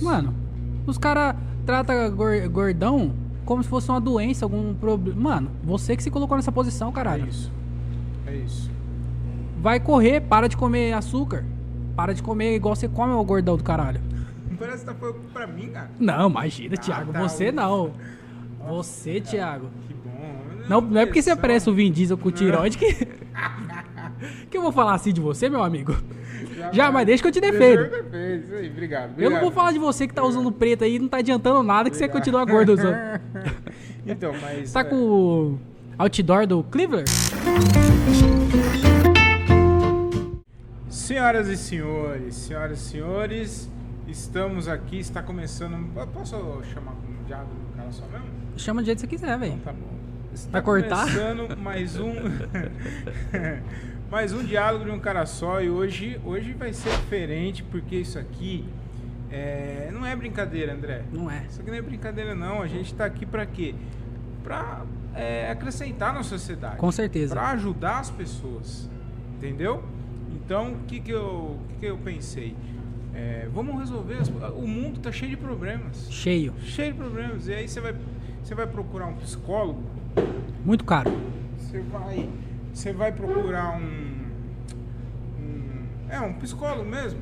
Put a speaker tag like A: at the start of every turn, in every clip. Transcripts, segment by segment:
A: Mano, os caras tratam gordão como se fosse uma doença, algum problema. Mano, você que se colocou nessa posição, caralho.
B: É isso. É isso.
A: Vai correr, para de comer açúcar. Para de comer igual você come, o gordão do caralho.
B: Parece que tá falando pra mim, cara.
A: Não, imagina, Thiago.
B: tá,
A: você
B: ufa.
A: não. Você, Thiago.
B: Que bom. né?
A: Não, não é porque você
B: Pressão.
A: parece o Vin Diesel com o tiroide que. que eu vou falar assim de você, meu amigo. Já, mas deixa que eu te
B: Deixa eu
A: defendo.
B: te defendo, Isso aí, obrigado.
A: Eu não
B: obrigado.
A: vou falar de você que tá usando preto aí, não tá adiantando nada que você
B: Obrigado.
A: continua gordo usando.
B: Então, mas.
A: Tá com o outdoor do Cleveland?
B: Senhoras e senhores, senhoras e senhores, estamos aqui, está começando. Eu Posso chamar como diabo do cara só mesmo?
A: Chama do jeito que você quiser, velho.
B: Tá bom. Está
A: Vai cortar?
B: começando mais um. mais um diálogo de um cara só. E hoje, hoje vai ser diferente, porque isso aqui é, não é brincadeira, André.
A: Não é.
B: Isso aqui não é brincadeira, não. A gente está aqui para quê? Para acrescentar na sociedade.
A: Com certeza.
B: Para ajudar as pessoas. Entendeu? Então, o que, que, eu, o que, que eu pensei? É, vamos resolver. as- o mundo está cheio de problemas
A: Cheio.
B: cheio de problemas. E aí você vai, você vai procurar um psicólogo,
A: Muito caro.
B: você vai, você vai procurar um, um- É, um psicólogo mesmo?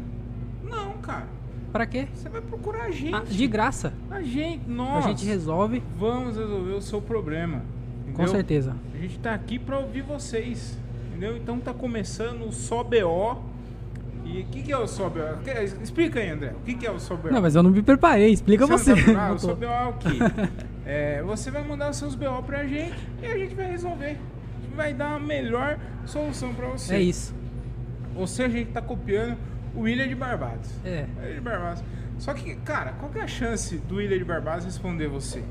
B: Não, cara.
A: Pra quê?
B: Você vai procurar a gente.
A: Ah, de graça.
B: A gente,
A: A
B: nós.
A: gente resolve.
B: Vamos resolver o seu problema. Entendeu?
A: Com certeza.
B: A gente tá aqui pra ouvir vocês. Entendeu? Então tá começando o Só BO. E o que, que é o Só BO? Que- Explica aí, André. O que, que é o Só BO?
A: Não, mas eu não me preparei. Explica você.
B: Você não tá- ah,
A: Não
B: o seu
A: tô.
B: BO é o quê? É, você vai mandar os seus BO pra gente e a gente vai resolver. A gente vai dar a melhor solução pra você.
A: É isso.
B: Ou seja, a gente tá copiando o William de Barbados.
A: É.
B: William de Barbados. Só que, cara, qual que é a chance do William de Barbados responder você?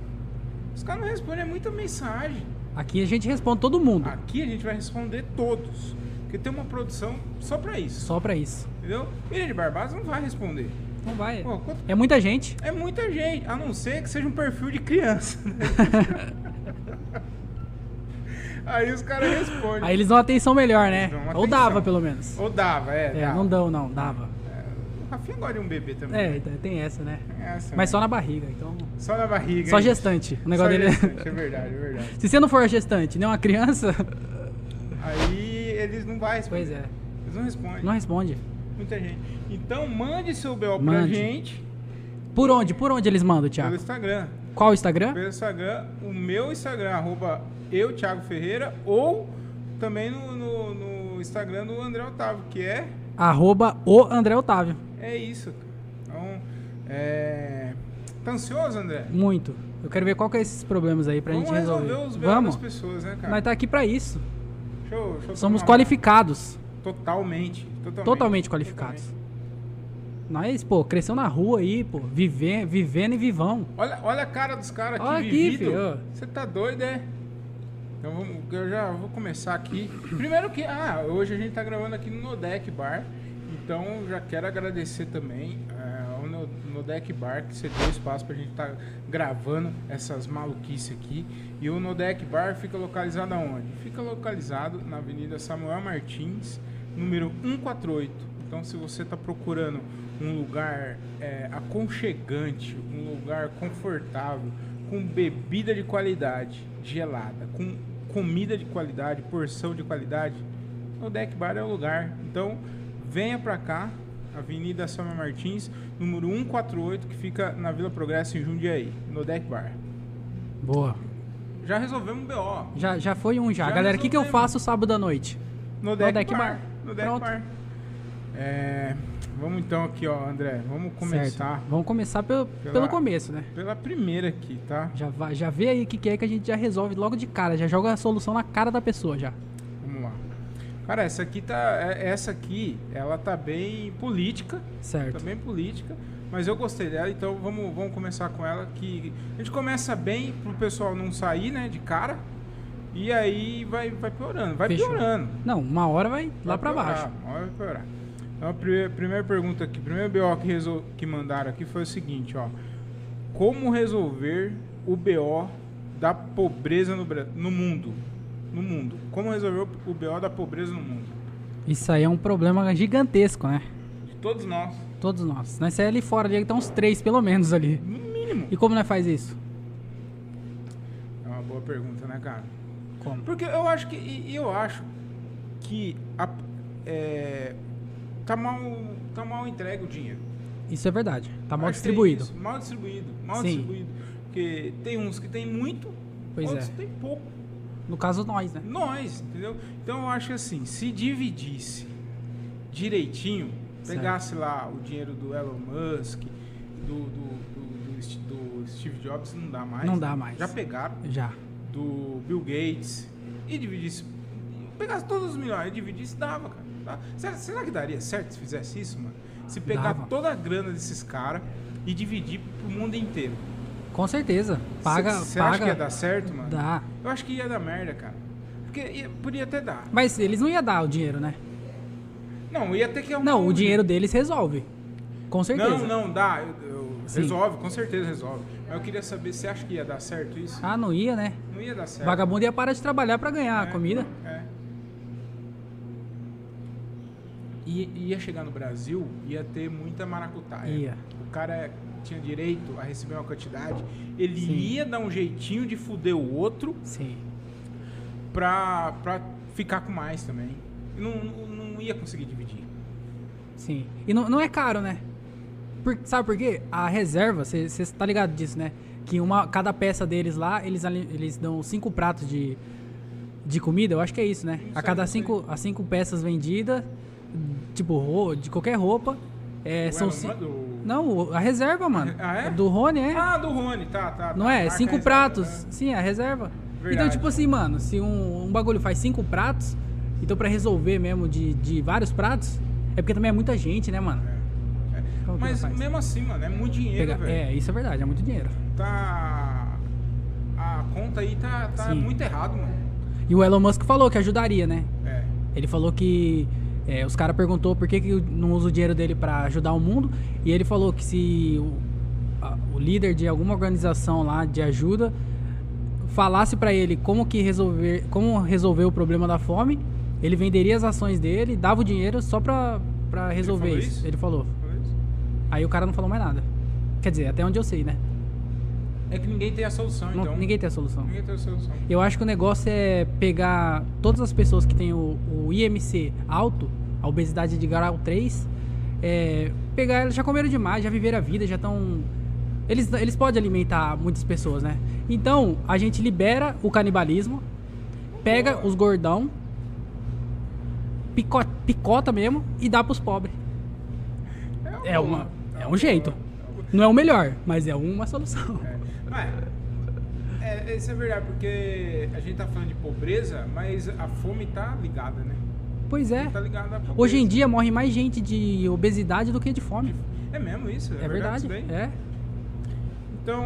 B: Os caras não respondem é muita mensagem.
A: Aqui a gente responde todo mundo.
B: Aqui a gente vai responder todos. Porque tem uma produção só pra isso.
A: Só pra isso.
B: Entendeu? William de Barbados não vai responder.
A: Não vai.
B: Pô, quanto-
A: É muita gente.
B: É muita gente, a não ser que seja um perfil de criança. né? Aí os caras respondem.
A: Aí eles dão atenção melhor, né?
B: Dão uma
A: Ou dava,
B: atenção.
A: pelo menos.
B: Ou dava, é.
A: É,
B: dava. É,
A: não dão, não, dava.
B: O Rafinha gosta de um bebê também.
A: É, então, tem essa, né?
B: Tem essa,
A: Mas
B: né?
A: só na barriga, então.
B: Só na barriga.
A: Só
B: hein?
A: gestante. O negócio
B: Só
A: dele
B: gestante,
A: é.
B: é verdade, é verdade.
A: Se você não for gestante, nem uma criança,
B: Aí eles não vão responder.
A: pois é.
B: Eles não respondem.
A: Não responde.
B: Muita gente. Então mande seu BO pra
A: Mande.
B: gente
A: Por onde? Por onde eles mandam,
B: pelo
A: Thiago?
B: Instagram.
A: Qual o Instagram?
B: Pelo Instagram, o meu Instagram, arroba eu, Thiago Ferreira, ou também no, no- no Instagram do André Otávio, que é
A: Arroba o André Otávio.
B: É isso. cara. Então, é... Tá ansioso, André?
A: Muito. Eu quero ver qual que é esses problemas aí pra
B: Vamos
A: gente resolver.
B: resolver os BO das
A: Vamos.
B: pessoas, né, cara?
A: Nós tá aqui pra isso.
B: Deixa eu- deixa eu
A: Somos
B: tomar uma-
A: qualificados.
B: Totalmente. Totalmente,
A: Totalmente qualificados.
B: Totalmente.
A: Nós, pô, cresceu na rua aí, pô. Vive, vivendo e vivão.
B: Olha, olha a cara dos caras aqui,
A: Olha aqui,
B: vivido.
A: filho.
B: Você tá doido, é? Então vamos, eu já vou começar aqui. Primeiro que. Ah, hoje a gente tá gravando aqui no Nodec Bar. Então já quero agradecer também eh, ao No- Nodec Bar que cedeu espaço pra gente tá gravando essas maluquices aqui. E o Nodec Bar fica localizado aonde? Fica localizado na Avenida Samuel Martins, número 148. Então, se você está procurando um lugar é, aconchegante, um lugar confortável, com bebida de qualidade, gelada, com comida de qualidade, porção de qualidade, o Deck Bar é o lugar. Então, venha para cá, Avenida Samuel Martins, número 148, que fica na Vila Progresso, em Jundiaí, no Deck Bar.
A: Boa.
B: Já resolvemos um BO.
A: Já, já foi um já.
B: Já
A: Galera, o que, que eu
B: resolvemos.
A: faço sábado à noite?
B: No Deck,
A: Deck
B: Bar.
A: Bar.
B: No Deck
A: Pronto.
B: Bar. É, vamos então aqui, ó, André. Vamos começar.
A: Certo. Vamos começar pelo,
B: Pela-
A: pelo começo, né?
B: Pela primeira aqui, tá?
A: Já, vai- já vê aí o que, que é que a gente já resolve logo de cara. Já joga a solução na cara da pessoa já.
B: Vamos lá. Cara, essa aqui tá. é- Essa aqui, ela tá bem política. Tá
A: Certo.
B: bem política. Mas eu gostei dela, então vamos, vamos começar com ela. Que a gente começa bem pro pessoal não sair, né? De cara. E aí vai, vai piorando, vai
A: Fechou.
B: piorando.
A: Não, uma hora vai lá
B: Vai
A: pra
B: piorar,
A: baixo.
B: uma hora Vai piorar. Então, a primeira, primeira pergunta aqui, primeiro BO que, resol- que mandaram aqui foi o seguinte, ó. Como resolver o BO da pobreza no, Bra- no mundo? No mundo. Como resolver o- o BO da pobreza no mundo?
A: Isso aí é um problema gigantesco, né?
B: De todos nós.
A: Todos nós. Na CL fora ali, tem uns três pelo menos ali.
B: No mínimo.
A: E como nós faz isso?
B: É uma boa pergunta, né, cara?
A: Como?
B: Porque eu acho que. e- e Eu acho que a- é, tá, mal, tá mal entregue o dinheiro.
A: Isso é verdade. Tá mal
B: Acho que é
A: distribuído.
B: isso, mal distribuído. Mal
A: Sim.
B: distribuído. Porque tem uns que tem muito,
A: Pois
B: outros
A: é.
B: que tem pouco.
A: No caso, nós, né?
B: Nós, entendeu? Então eu acho que assim, se dividisse direitinho,
A: Certo.
B: pegasse lá o dinheiro do Elon Musk, do, do, do- do St- do Steve Jobs, não dá mais.
A: Não
B: né?
A: dá mais.
B: Já pegaram.
A: Já.
B: Do Bill Gates. E dividisse. Pegasse todos os milhões e dividisse, dava, cara. Dá. Será, será que daria certo se fizesse isso, mano? Se pegar
A: Dava.
B: toda a grana desses caras e dividir pro mundo inteiro.
A: Com certeza. Paga.
B: Você
A: paga.
B: acha que ia dar certo, mano?
A: Dá.
B: Eu acho que ia dar merda, cara. Porque ia- podia até dar.
A: Mas eles não iam dar o dinheiro, né?
B: Não, ia ter que arrumar
A: Não,
B: um
A: o dinheiro deles resolve. Com certeza.
B: Não, não, dá. eu- eu-
A: Sim.
B: resolve, com certeza resolve. Mas eu queria saber, você acha que ia dar certo isso?
A: Ah, não ia, né?
B: Não ia dar certo.
A: Vagabundo ia parar de trabalhar pra ganhar a
B: É,
A: comida.
B: É. E e ia chegar no Brasil, ia ter muita maracutaia.
A: Ia.
B: O cara tinha direito a receber uma quantidade, ele
A: Sim.
B: ia dar um jeitinho de fuder o outro
A: Sim.
B: pra, pra ficar com mais também. Não, não, não ia conseguir dividir.
A: Sim. E não, não é caro, né? Por- sabe por quê? A reserva, você tá ligado disso, né? Que uma, cada peça deles lá, eles, ali- eles dão cinco pratos de, de comida, eu acho que é isso, né?
B: Não
A: A
B: sei,
A: cada
B: não sei.
A: cinco, as cinco peças vendidas, tipo, ro- de qualquer roupa, é,
B: O
A: são
B: Elon
A: cinco...
B: Musk, o-
A: Não, a reserva, mano.
B: Ah, é?
A: Do Rony, é.
B: Ah, do Rony, tá, tá.
A: Não
B: tá,
A: é?
B: marca
A: Cinco
B: essa,
A: pratos.
B: né?
A: Sim, é a reserva. Então,
B: Verdade.
A: tipo assim, mano, se um, um bagulho faz cinco pratos, então pra resolver mesmo de, de vários pratos, é porque também é muita gente, né, mano?
B: É, é.
A: Como que
B: Mas
A: faz?
B: mesmo assim, mano, é muito dinheiro,
A: Pega-
B: velho.
A: é, isso é verdade, é muito dinheiro.
B: Tá. A conta aí tá, tá
A: Sim.
B: muito errado, mano.
A: E o Elon Musk falou que ajudaria, né?
B: É.
A: Ele falou que. é, os caras perguntou por que, que não usa o dinheiro dele pra ajudar o mundo. E ele falou que se o, a- o líder de alguma organização lá de ajuda falasse pra ele como que resolver, como resolver o problema da fome, ele venderia as ações dele, dava o dinheiro só pra, pra resolver
B: falou
A: isso.
B: isso?
A: Ele falou. Aí o cara não falou mais nada. Quer dizer, até onde eu sei, né?
B: É que ninguém tem a solução,
A: Não-
B: então.
A: ninguém tem a solução.
B: Ninguém tem a solução.
A: Eu acho que o negócio é pegar todas as pessoas que têm o, o IMC alto, a obesidade de grau 3, é, pegar elas, já comeram demais, já viveram a vida, já estão. Eles, eles podem alimentar muitas pessoas, né? Então, a gente libera o canibalismo, pega os gordão, pico- picota mesmo e dá pros pobres. É,
B: boa,
A: uma, é um
B: boa.
A: jeito. Não é o melhor, mas é uma solução.
B: É. Mas, é, isso é verdade, porque a gente tá falando de pobreza, mas a fome tá ligada, né?
A: Pois é.
B: Tá ligada à pobreza.
A: Hoje em dia morre mais gente de obesidade do que de fome.
B: É mesmo isso?
A: É verdade.
B: isso daí?
A: É.
B: Então.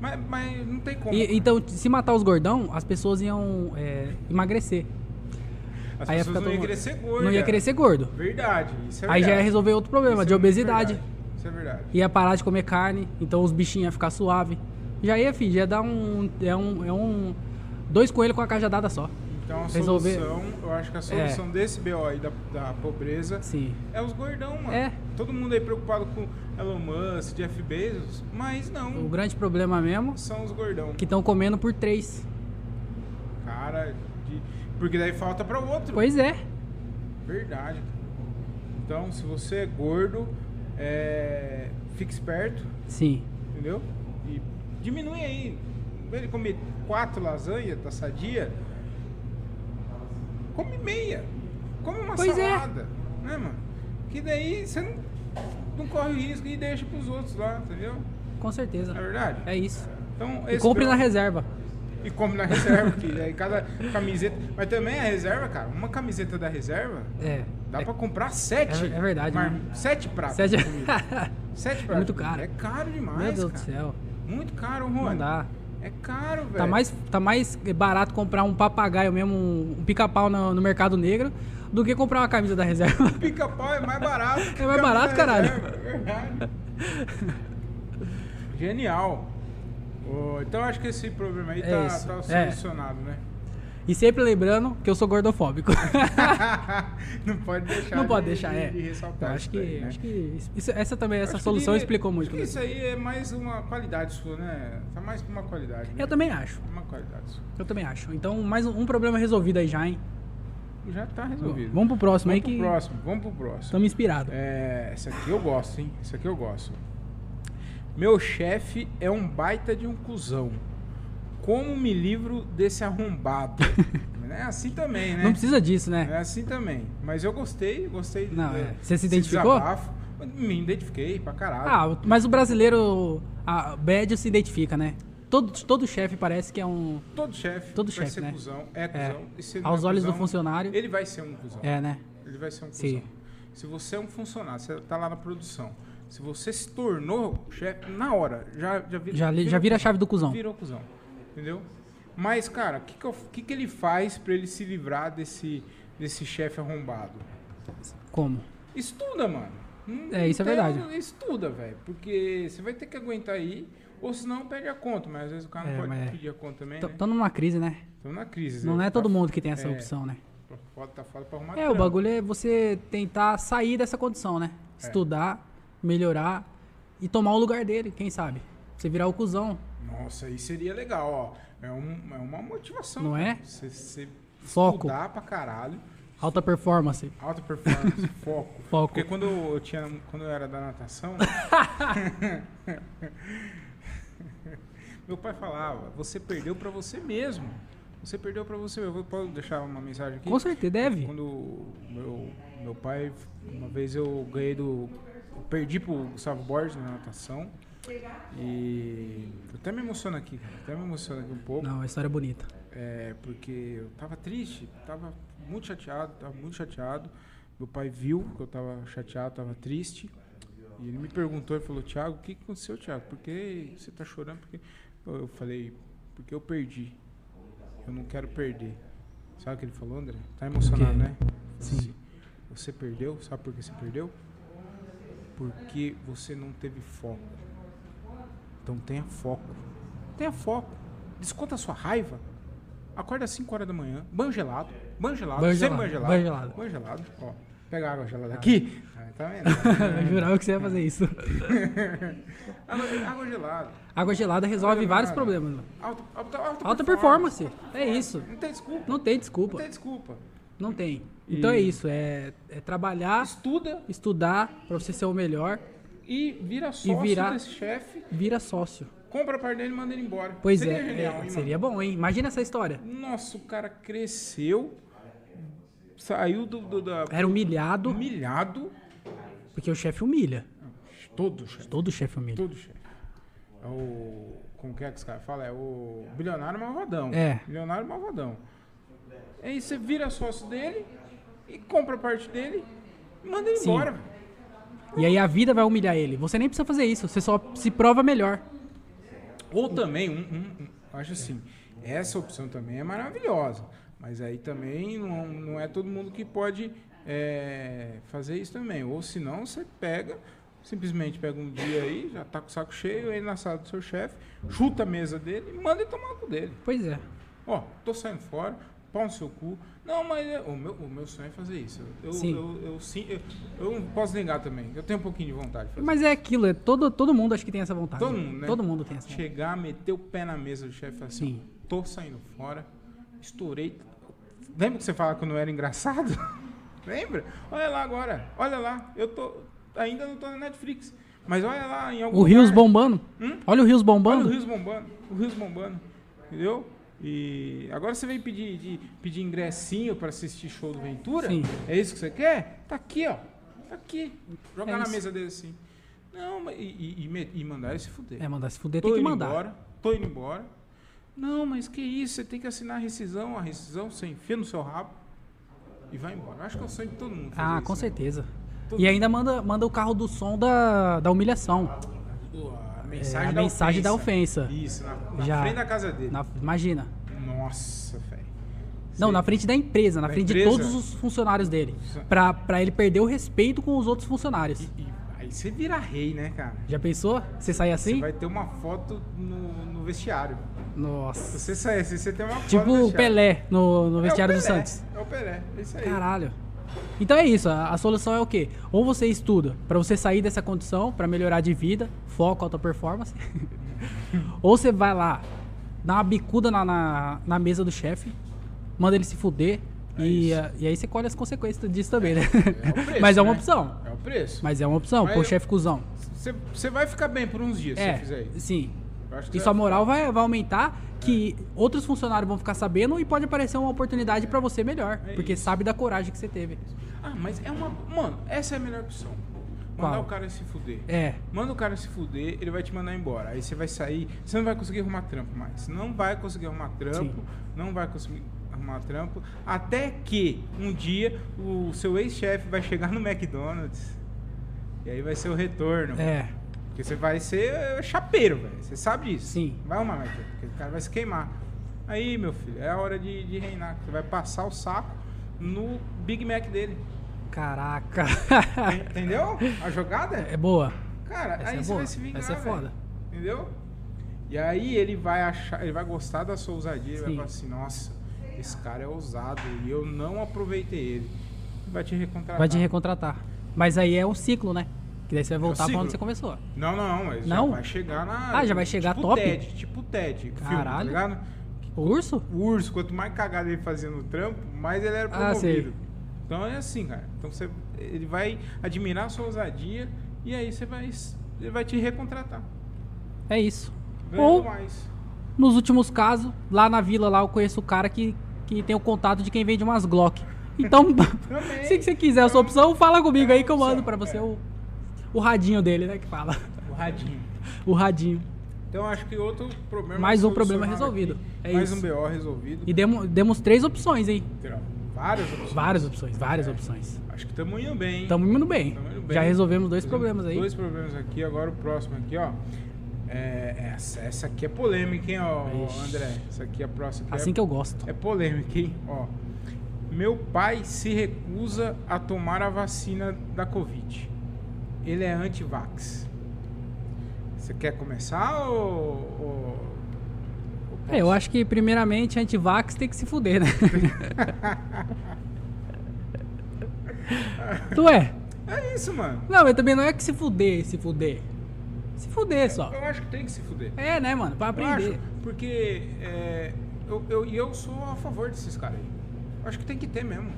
B: Mas, mas não tem como.
A: E- então, se matar os gordão, as pessoas iam é, emagrecer.
B: As
A: aí ia
B: pessoas
A: ficar
B: não iam
A: todo-
B: crescer gorda.
A: Não ia crescer gordo.
B: Verdade. Isso é
A: Aí já ia
B: verdade.
A: resolver outro problema,
B: Isso
A: de
B: é muito
A: obesidade.
B: verdade, Isso é verdade.
A: Ia parar de comer carne, então os bichinhos iam ficar suave. Já ia, filho, ia dar um. É um. É um dois coelhos com a cajadada só.
B: Então a
A: Resolver- É.
B: solução, eu acho que a solução desse BO aí da, da pobreza
A: Sim.
B: é os gordão, mano.
A: É.
B: Todo mundo aí preocupado com Elon Musk, Jeff Bezos, mas não,
A: O grande problema mesmo
B: são os gordão.
A: que estão comendo por três.
B: Cara, de- porque daí falta pra outro.
A: Pois é.
B: Verdade. Então, se você é gordo, é, fique esperto,
A: Sim.
B: entendeu? E diminui aí. Em vez de comer quatro lasanhas da sadia, come meia. Come uma
A: Pois é.
B: salada. Né, mano? Que daí você não, não corre o risco e deixa pros outros lá, entendeu?
A: Com certeza.
B: Na verdade.
A: É isso.
B: Então,
A: E
B: esse
A: compre
B: meu-
A: na reserva.
B: E compre na reserva, que aí cada camiseta. Mas também a reserva, cara, uma camiseta da reserva.
A: É.
B: Dá
A: é,
B: pra comprar sete.
A: é- é verdade, né?
B: Sete pratos.
A: Sete-
B: de comida. Sete pratos.
A: muito
B: de comida.
A: caro.
B: É caro demais.
A: Meu Deus do
B: cara.
A: céu.
B: Muito caro,
A: Não
B: Rony.
A: dá.
B: É caro, velho.
A: Tá mais, tá mais barato comprar um papagaio mesmo, um um pica-pau no, no mercado negro, do que comprar uma camisa da reserva.
B: Pica-pau é mais barato. que
A: É mais barato,
B: camisa
A: caralho.
B: reserva, é verdade. Genial. Ô, então acho que esse problema aí
A: É
B: tá,
A: isso,
B: tá
A: é.
B: solucionado, né?
A: E sempre lembrando que eu sou gordofóbico.
B: não pode deixar.
A: Não pode
B: de-
A: deixar,
B: de-
A: é.
B: de ressaltar
A: Eu acho
B: isso
A: que,
B: daí, né?
A: acho que isso- essa também,
B: Acho
A: essa
B: que
A: solução
B: devia-
A: explicou muito.
B: acho que Isso aí é mais uma qualidade sua, né? Tá mais pra uma qualidade. né?
A: Eu também acho.
B: Uma qualidade sua.
A: Eu também acho. Então, mais um um problema resolvido aí já, hein?
B: Já tá resolvido.
A: Vamos pro próximo aí
B: Vamos pro
A: que
B: próximo. Vamos pro próximo.
A: estamos inspirados.
B: É, essa aqui eu gosto, hein? Essa aqui eu gosto. Meu chefe é um baita de um cuzão. Como me livro desse arrombado? não é assim também, né?
A: Não precisa disso, né?
B: É assim também. Mas eu gostei, gostei.
A: Não,
B: de-
A: é. Você se
B: desse
A: identificou?
B: desabafo. Me identifiquei pra caralho.
A: Ah, o- mas o brasileiro, a Bad se identifica, né? Todo, todo chefe parece que é um.
B: Todo chefe
A: Todo
B: vai
A: chefe,
B: ser
A: né?
B: cuzão. É
A: É.
B: cuzão. E se não
A: Aos
B: é
A: olhos do
B: cuzão,
A: funcionário.
B: Ele vai ser um cuzão.
A: É, né?
B: Ele vai ser um cuzão.
A: Sim.
B: Se você é um funcionário, você tá lá na produção. Se você se tornou chefe, na hora, já, já vira.
A: Já, li- já vira a chave do cuzão.
B: Virou cuzão. Entendeu? Mas, cara, o que, que, eu- que que ele faz pra ele se livrar desse, desse chefe arrombado?
A: Como?
B: Estuda, mano. Não-
A: É, isso é
B: não tem- um,
A: verdade.
B: Estuda, velho. Porque você vai ter que aguentar aí, ou senão pede a conta. Mas às vezes o cara
A: É,
B: não pode
A: mas é.
B: pedir a conta também, né?
A: Estamos numa crise, né?
B: Estamos na crise.
A: Não
B: né?
A: é todo
B: Tá-
A: mundo que tem essa
B: é.
A: opção, né?
B: Foda, tá foda pra arrumar
A: É, o
B: trampo.
A: bagulho é você tentar sair dessa condição, né? Estudar, melhorar e tomar o lugar dele, quem sabe? Você virar o cuzão.
B: Nossa, aí seria legal, ó. É, um- é uma motivação.
A: Não
B: cara.
A: é?
B: Você, você
A: Foco.
B: estudar pra caralho.
A: Alta performance.
B: Alta performance, foco.
A: Foco.
B: Porque quando eu, tinha, quando eu era da natação. meu pai falava: você perdeu pra você mesmo. Você perdeu pra você mesmo. Eu Vou posso deixar uma mensagem aqui?
A: Com certeza, deve.
B: Quando o meu, meu pai, uma vez eu ganhei do. eu perdi pro Gustavo Borges na natação. E. eu Até me emociono aqui, cara. Até me emociono aqui um pouco.
A: Não, a história é bonita.
B: É, porque eu tava triste, tava muito chateado, tava muito chateado. Meu pai viu que eu tava chateado, tava triste. E ele me perguntou, ele falou, Thiago, o que que aconteceu, Thiago? Por que você tá chorando? Porque... Eu falei, porque eu perdi. Eu não quero perder. Sabe o que ele falou, André? Tá emocionado,
A: Ok.
B: né?
A: Sim.
B: Assim, Você perdeu, sabe por que você perdeu? Porque você não teve foco. Então tenha foco. Tenha foco. Desconta a sua raiva. Acorda às 5 horas da manhã, banho gelado, banho gelado,
A: Banho
B: sempre
A: gelado,
B: banho gelado.
A: banho gelado.
B: banho gelado, ó. Pega a água gelada aqui. Ah, Tá vendo?
A: Eu jurava que você ia fazer isso.
B: água, água gelada.
A: Água gelada resolve
B: Água
A: vários
B: gelada.
A: problemas. mano.
B: Alta, alta,
A: Alta performance. É isso.
B: Não tem desculpa.
A: Não tem
B: Não
A: desculpa.
B: tem desculpa.
A: Não tem. Então é isso. É, é trabalhar,
B: Estuda
A: estudar pra você ser o melhor.
B: e vira sócio
A: virar-
B: desse chefe.
A: Vira sócio.
B: Compra a parte dele e manda ele embora.
A: Pois
B: seria
A: é,
B: Genial, hein,
A: é,
B: mano?
A: seria bom, hein? Imagina essa história.
B: Nossa, o cara cresceu, saiu do, do- da
A: Era humilhado,
B: humilhado.
A: porque o chefe humilha.
B: Todo chefe.
A: Todo chefe humilha.
B: Todo chefe. É o. Como que é que os caras falam? É o bilionário malvadão.
A: É.
B: Bilionário malvadão. Aí você vira sócio dele e compra a parte dele e manda ele
A: Sim.
B: embora. velho.
A: E aí a vida vai humilhar ele. Você nem precisa fazer isso, você só se prova melhor.
B: Ou também, um, um- um- acho assim, essa opção também é maravilhosa. Mas aí também não, não é todo mundo que pode é, fazer isso também. Ou senão você pega, simplesmente pega um dia aí, já tá com o saco cheio, aí na sala do seu chefe, chuta a mesa dele e manda ele tomar com dele.
A: Pois é.
B: Ó, tô saindo fora, pau no seu cu. Não, mas é- o meu, o meu sonho é fazer isso. Eu,
A: Sim.
B: eu, eu, sim- eu, eu não posso negar também. Eu tenho um pouquinho de vontade de fazer.
A: Mas é aquilo, é todo, todo mundo acho que tem essa vontade.
B: Todo mundo, né?
A: Todo mundo tem essa vontade.
B: Chegar, meter o pé na mesa do chefe e falar assim,
A: Sim.
B: tô saindo fora, estourei. Lembra que você falava que eu não era engraçado? Lembra? Olha lá agora, olha lá, eu tô. Ainda não tô na Netflix. Mas olha lá em algum
A: O Rios
B: lugar.
A: bombando.
B: Hum?
A: Olha o Rios
B: Olha o
A: bombando.
B: Rios bombando, o Rios bombando, entendeu? E agora você vem pedir, de- pedir ingressinho pra assistir show do Ventura?
A: Sim.
B: É isso que você quer? Tá aqui, ó. Tá aqui. Jogar
A: É
B: na
A: isso.
B: mesa dele assim. Não, mas- e, e- e me- e mandar ele se fuder.
A: É, mandar se fuder,
B: tô
A: tem que
B: indo
A: mandar.
B: embora, tô indo embora. Não, mas que isso, você tem que assinar a rescisão, a rescisão, você enfia no seu rabo e vai embora. Acho que é o sonho de todo mundo. fazer
A: Ah,
B: isso,
A: com
B: né?
A: certeza. E ainda manda, manda o carro do som da, da humilhação.
B: Pô, A mensagem,
A: É, a
B: da,
A: mensagem da
B: ofensa.
A: ofensa.
B: Isso, na, na
A: Já.
B: frente da casa dele.
A: Na- imagina.
B: Nossa, velho.
A: Não,
B: Sim.
A: na frente da empresa, na
B: Da
A: frente
B: empresa?
A: de todos os funcionários dele.
B: Sim.
A: Pra, pra ele perder o respeito com os outros funcionários.
B: E aí Aí você vira rei, né, cara?
A: Já pensou? Você sair assim?
B: Você vai ter uma foto no, no vestiário. Se
A: Nossa.
B: você sair, se você tem uma foto
A: Tipo
B: no
A: o
B: vestiário.
A: Pelé no, no
B: É o
A: vestiário do
B: Pelé,
A: Santos.
B: É o Pelé, é isso aí.
A: Caralho. Então é isso, a, a solução é o quê? Ou você estuda pra você sair dessa condição, pra melhorar de vida, foco, alta performance. Ou você vai lá, dá uma bicuda na, na, na mesa do chefe, manda ele se fuder,
B: É
A: e,
B: isso.
A: ah, e aí você colhe as consequências disso também, né?
B: É o preço,
A: Mas é uma
B: né?
A: opção.
B: É o preço.
A: Mas é uma opção,
B: Mas
A: pô,
B: eu-
A: chefe cuzão.
B: Você você vai ficar bem por uns dias se você fizer
A: É,
B: isso.
A: sim.
B: Eu acho que
A: E
B: você
A: sua
B: vai-
A: moral vai, vai aumentar, que outros funcionários vão ficar sabendo e pode aparecer uma oportunidade pra você melhor,
B: É
A: porque sabe da coragem que você teve.
B: Ah, mas é uma. Mano, essa é a melhor opção. Mandar
A: Qual?
B: o cara se fuder.
A: É,
B: Manda o cara se fuder, ele vai te mandar embora. Aí você vai sair, você não vai conseguir arrumar trampo mais. Não vai conseguir arrumar trampo,
A: Sim.
B: não vai conseguir arrumar trampo. Até que um dia o seu ex-chefe vai chegar no McDonald's. E aí vai ser o retorno.
A: é.
B: Porque você vai ser eh, chapeiro, velho. Você sabe disso.
A: Sim.
B: Vai arrumar, velho. Porque o cara vai se queimar. Aí, meu filho, é a hora de, de reinar. Você vai passar o saco no Big Mac dele.
A: Caraca.
B: Ent- Entendeu? A jogada?
A: Tá. é boa.
B: Cara,
A: Essa
B: aí
A: é
B: você
A: boa.
B: vai se vingar.
A: Essa é
B: velho.
A: foda.
B: Entendeu? E aí ele vai achar, ele vai gostar da sua ousadia, ele vai
A: Sim.
B: falar assim, nossa, esse cara é ousado e eu não aproveitei ele. Vai te recontratar.
A: Vai te recontratar. Mas aí é um ciclo, né? Que daí você vai voltar pra
B: É um ciclo?
A: onde você começou.
B: Não, não, mas
A: Não?
B: já vai chegar na.
A: Ah, já vai chegar
B: tipo
A: top?
B: TED, tipo TED. filme, tá
A: Caralho.
B: ligado?
A: O urso?
B: O urso, quanto mais cagada ele fazia no trampo, mais ele era
A: Ah,
B: promovido.
A: sei.
B: então é assim, cara. Então você, ele vai admirar a sua ousadia e aí você vai, ele vai te recontratar.
A: É isso.
B: Ganhou
A: Ou,
B: mais.
A: nos últimos casos, lá na vila, lá eu conheço o cara que, que tem o contato de quem vende umas Glock. Então, se você quiser a sua opção, fala comigo aí que eu
B: É,
A: mando pra você o, o radinho dele, né? Que fala.
B: O radinho.
A: O radinho.
B: Então acho que outro problema.
A: Mais um problema
B: solucionado
A: resolvido.
B: aqui.
A: É
B: mais
A: isso.
B: um BO resolvido.
A: E demo- demos três opções, hein?
B: Terão Várias opções.
A: Várias opções, várias opções.
B: Acho que estamos indo bem. hein?
A: Tamo indo bem.
B: Tamo indo bem.
A: Já resolvemos dois problemas aí.
B: Dois problemas aqui, agora o próximo aqui, ó. É, essa, essa aqui é polêmica, hein, ó,
A: Ixi.
B: André? Essa aqui é a próxima.
A: Assim
B: é,
A: que eu gosto.
B: É polêmica, hein? Ó. Meu pai se recusa a tomar a vacina da Covid. Ele é anti-vax. Você quer começar ou. ou- ou
A: É, eu acho que primeiramente antivax tem que se fuder, né? tu é?
B: É isso, mano.
A: Não, mas também não é que se fuder, se fuder. Se fuder só.
B: Eu acho que tem que se fuder.
A: É, né, mano? Pra
B: Eu acho,
A: aprender.
B: porque é, eu, eu, e eu sou a favor desses caras aí. Eu Acho que tem que ter mesmo.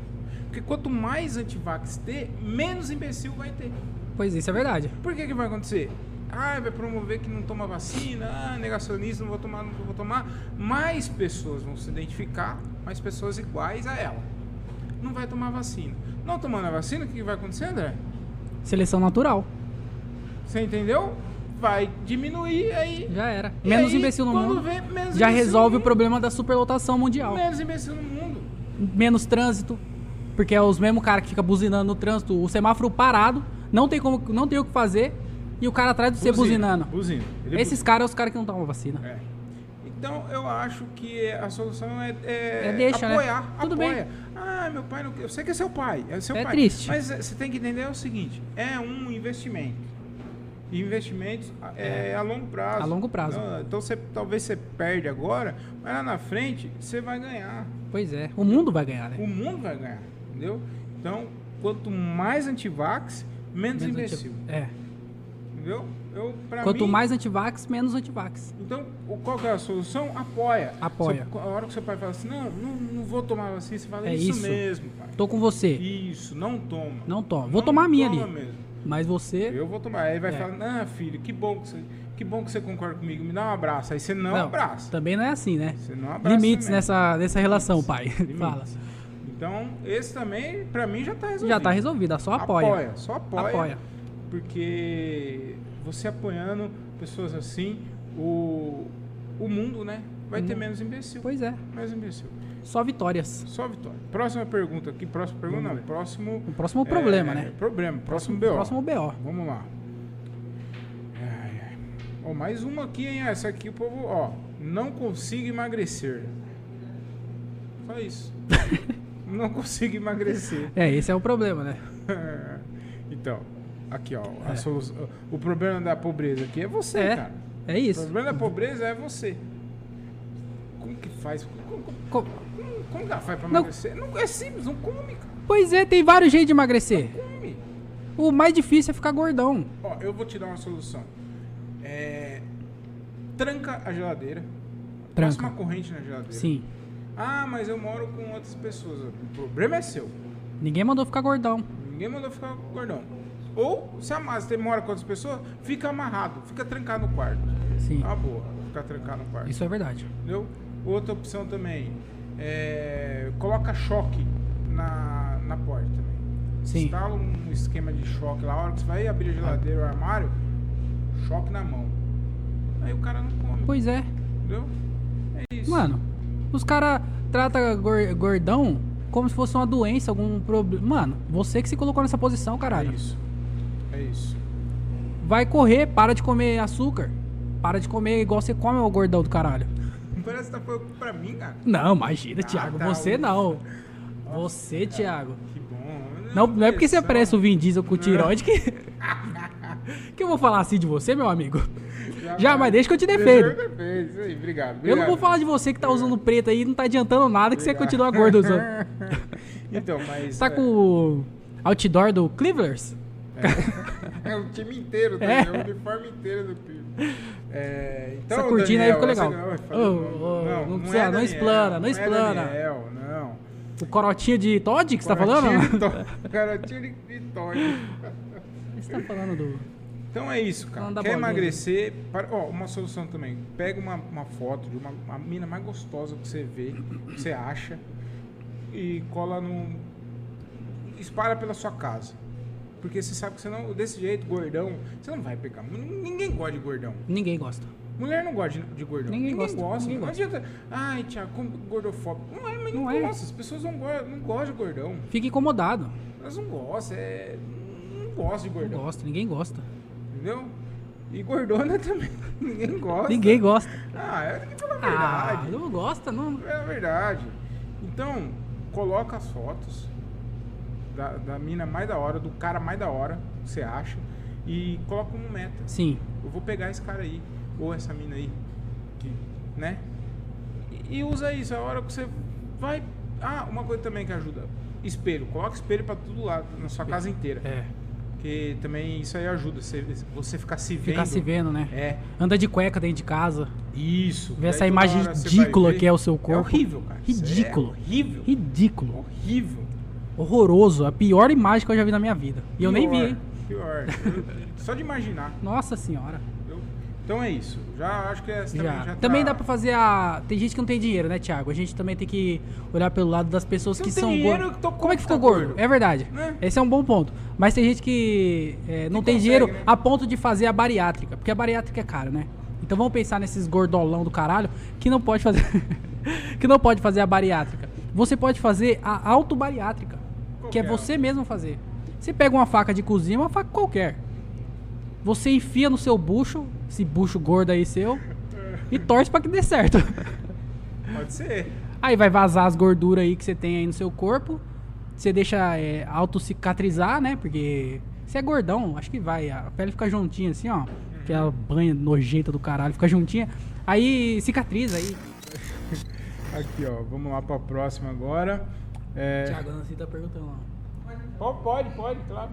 B: Porque quanto mais antivax ter, menos imbecil vai ter.
A: Pois isso é verdade.
B: Por que, que vai acontecer? Ah, vai promover que não toma vacina, ah, negacionista, não vou tomar, não vou tomar. Mais pessoas vão se identificar, mais pessoas iguais a ela. Não vai tomar vacina. Não tomando a vacina, o que, que vai acontecer, André?
A: Seleção natural.
B: Você entendeu? Vai diminuir aí.
A: Já era.
B: E
A: Menos
B: aí,
A: imbecil no
B: quando
A: mundo.
B: vê, menos
A: já
B: imbecil no
A: resolve o
B: mundo.
A: problema da superlotação mundial.
B: Menos imbecil no mundo.
A: Menos trânsito. Porque é os mesmos caras que ficam buzinando no trânsito, o semáforo parado, não tem como, não tem o que fazer, e o cara atrás de você buzinando.
B: Buzina. Ele
A: Esses caras são os caras que não tomam vacina.
B: bu- É. Então eu acho que a solução é, é
A: É deixa, né?
B: apoiar.
A: Tudo
B: apoia. Ah, meu pai não. quer- Eu sei que é seu pai. É seu
A: É
B: pai.
A: triste.
B: Mas eh, você tem que entender o seguinte: é um investimento. E Investimentos ah, é, a longo prazo.
A: A longo prazo.
B: Então, então você, talvez você perde agora, mas lá na frente você vai ganhar.
A: Pois é. O mundo vai ganhar, né?
B: O mundo vai ganhar. Entendeu? Então, quanto mais antivax, menos,
A: Menos
B: imbecil.
A: anti- É.
B: Entendeu? Eu, pra
A: Quanto
B: mim,
A: mais antivax, menos antivax.
B: Então, o- qual que é a solução? Apoia.
A: Apoia.
B: Seu- a hora que seu pai fala assim, não, não, não vou tomar vacina, você fala,
A: É
B: isso,
A: isso.
B: mesmo, pai.
A: Tô com você.
B: Isso, não toma.
A: Não toma. Vou tomar a minha
B: toma
A: ali.
B: mesmo.
A: Mas você.
B: Eu vou tomar. Aí vai
A: É.
B: falar, não, filho, que bom que você, que bom que você concorda comigo, me dá um abraço. Aí você não, abraça.
A: Também não é assim, né?
B: Você não abraça
A: Limites
B: também.
A: nessa, nessa relação, pai.
B: Limites.
A: Fala.
B: Então, esse também, pra mim, já tá resolvido.
A: Já tá resolvida, só apoia.
B: Só apoia.
A: Apoia.
B: Porque você apoiando pessoas assim, o, o mundo, né, vai ter menos imbecil.
A: Hum. Pois é.
B: Mais imbecil.
A: Só vitórias.
B: Só vitória. Próxima pergunta aqui, próxima pergunta, não, próximo.
A: O próximo problema,
B: é,
A: né?
B: Problema, próximo BO.
A: Próximo BO.
B: Vamos lá. Ai, ai. Ó, mais uma aqui, hein? Essa aqui o povo, ó, não consigo emagrecer. Só isso. não consigo emagrecer.
A: É, esse é o problema, né?
B: então, Aqui, ó. a solu- O problema da pobreza aqui é você,
A: É,
B: cara.
A: é
B: O
A: isso.
B: problema da pobreza é você. Como que faz? Como, como,
A: Co-
B: como, como que ela faz pra
A: Não.
B: emagrecer? Não, é simples, não come, cara.
A: Pois é, tem vários jeitos de emagrecer.
B: Come.
A: O mais difícil é ficar gordão.
B: Ó, eu vou te dar uma solução. É, Tranca a geladeira. Passa
A: Tranca.
B: uma corrente na geladeira.
A: Sim.
B: Ah, mas eu moro com outras pessoas. O problema é seu.
A: Ninguém mandou ficar gordão.
B: Ninguém mandou ficar gordão. Ou, se amar, você mora com outras pessoas, fica amarrado, fica trancado no quarto.
A: Sim.
B: Ah, boa, ficar trancado no quarto.
A: Isso é verdade.
B: Entendeu? Outra opção também, é, coloca choque na, na porta também.
A: Sim.
B: Instala um esquema de choque lá, a hora que você vai abrir a geladeira, o armário, choque na mão. Aí o cara não come,
A: Pois é.
B: entendeu? É isso.
A: Mano, os caras tratam gordão como se fosse uma doença, algum problema. Mano, você que se colocou nessa posição,
B: é
A: caralho.
B: isso. É isso.
A: Vai correr, para de comer açúcar. Para de comer igual você come, o gordão do caralho.
B: Não parece que tá falando pra mim, cara.
A: Não, imagina,
B: Ah,
A: Thiago.
B: tá,
A: você
B: ufa.
A: não. Você, Thiago.
B: Que bom.
A: Não, não é porque você
B: Pressão.
A: parece o Vin Diesel com o tiroide que. que eu vou falar assim de você, meu amigo. Já, mas deixa que eu te
B: Deixa
A: defendo.
B: eu defender, isso aí,
A: Eu
B: obrigado,
A: não vou
B: obrigado.
A: falar de você que tá usando preto aí, não tá adiantando nada que você
B: Obrigado.
A: continua gordo usando.
B: então, mas.
A: Você tá
B: é,
A: com o outdoor do Cleavers?
B: É, o time inteiro, tá?
A: É.
B: É. o uniforme inteiro do time. É, então,
A: Essa cortina aí ficou
B: Daniel, essa-
A: legal.
B: não, eu falei,
A: Ô,
B: não,
A: ô,
B: não,
A: não
B: não
A: precisa,
B: é
A: não
B: Daniel,
A: explana, não
B: é
A: explana.
B: Daniel, não.
A: O corotinha de Todd que você tá
B: Corotinho
A: falando?
B: de to- Corotinho de vitória.
A: Você tá falando do.
B: Então é isso, cara.
A: Falando da
B: Quer
A: bolinha.
B: emagrecer? para- ó, uma solução também. Pega uma, uma foto de uma, uma mina mais gostosa que você vê, que você acha, e cola num. Espalha pela sua casa. Porque você sabe que você não. Desse jeito, gordão, você não vai pegar. N- Ninguém gosta de gordão.
A: Ninguém gosta.
B: Mulher não gosta de, de gordão.
A: Ninguém gosta, ninguém
B: não
A: gosta.
B: adianta. Ai, Thiago, como gordofóbico. Não é, mas não,
A: Não é.
B: gosta. As pessoas não, go não gostam de gordão.
A: Fica incomodado.
B: Elas não gostam. É... Não gostam de
A: Não
B: gordão.
A: gosta, ninguém gosta.
B: Entendeu? E gordona também. Ninguém gosta.
A: Ninguém gosta.
B: Ah, é tem que falar a
A: Ah,
B: verdade.
A: não gosta, não.
B: É a verdade. Então, coloca as fotos da, da mina mais da hora, do cara mais da hora, que você acha, e coloca como meta.
A: Sim.
B: Eu vou pegar esse cara aí, ou essa mina aí, que, né? E, e usa isso, é a hora que você vai. Ah, uma coisa também que ajuda: espelho. Coloca espelho pra todo lado, na sua casa inteira.
A: É.
B: Porque também isso aí ajuda, você, você ficar se vendo.
A: Ficar se vendo, né?
B: É,
A: Anda de cueca dentro de casa.
B: isso.
A: Ver
B: Daí
A: essa
B: toda
A: imagem
B: hora você
A: ridícula
B: vai ver.
A: que é o seu corpo.
B: É horrível, cara. Isso é
A: Ridículo.
B: horrível.
A: Ridículo.
B: Horrível.
A: Horroroso. A pior imagem que eu já vi na minha vida. E eu nem vi,
B: Pior,
A: hein?
B: Pior. Só de imaginar.
A: Nossa senhora.
B: entendeu? Então é isso. Já acho que essa também
A: Já.
B: já tá-
A: Também dá pra fazer a. Tem gente que não tem dinheiro, né, Thiago? A gente também tem que olhar pelo lado das pessoas
B: Você
A: que
B: não tem
A: são
B: dinheiro,
A: gordas.
B: tô
A: Como é que ficou
B: tá gordo?
A: gordo? É verdade.
B: Né?
A: Esse é um bom ponto. Mas tem gente que é, não tem
B: consegue,
A: dinheiro
B: né?
A: a ponto de fazer a bariátrica. Porque a bariátrica é cara, né? Então vamos pensar nesses gordolão do caralho que não pode fazer. que não pode fazer a bariátrica. Você pode fazer a autobariátrica.
B: Qual
A: Que é
B: que é?
A: você mesmo fazer. Você pega uma faca de cozinha, uma faca qualquer. Você enfia no seu bucho, esse bucho gordo aí seu, e torce pra que dê certo.
B: Pode ser.
A: Aí vai vazar as gorduras aí que você tem aí no seu corpo. Você deixa é, auto-cicatrizar, né? Porque você é gordão, acho que vai. A pele fica juntinha assim, ó. Aquela banha nojenta do caralho, fica juntinha. Aí cicatriza aí.
B: Aqui, ó. Vamos lá pra próxima agora. É,
A: Tiago, a Nancy tá perguntando lá.
B: po- Pode, pode, claro.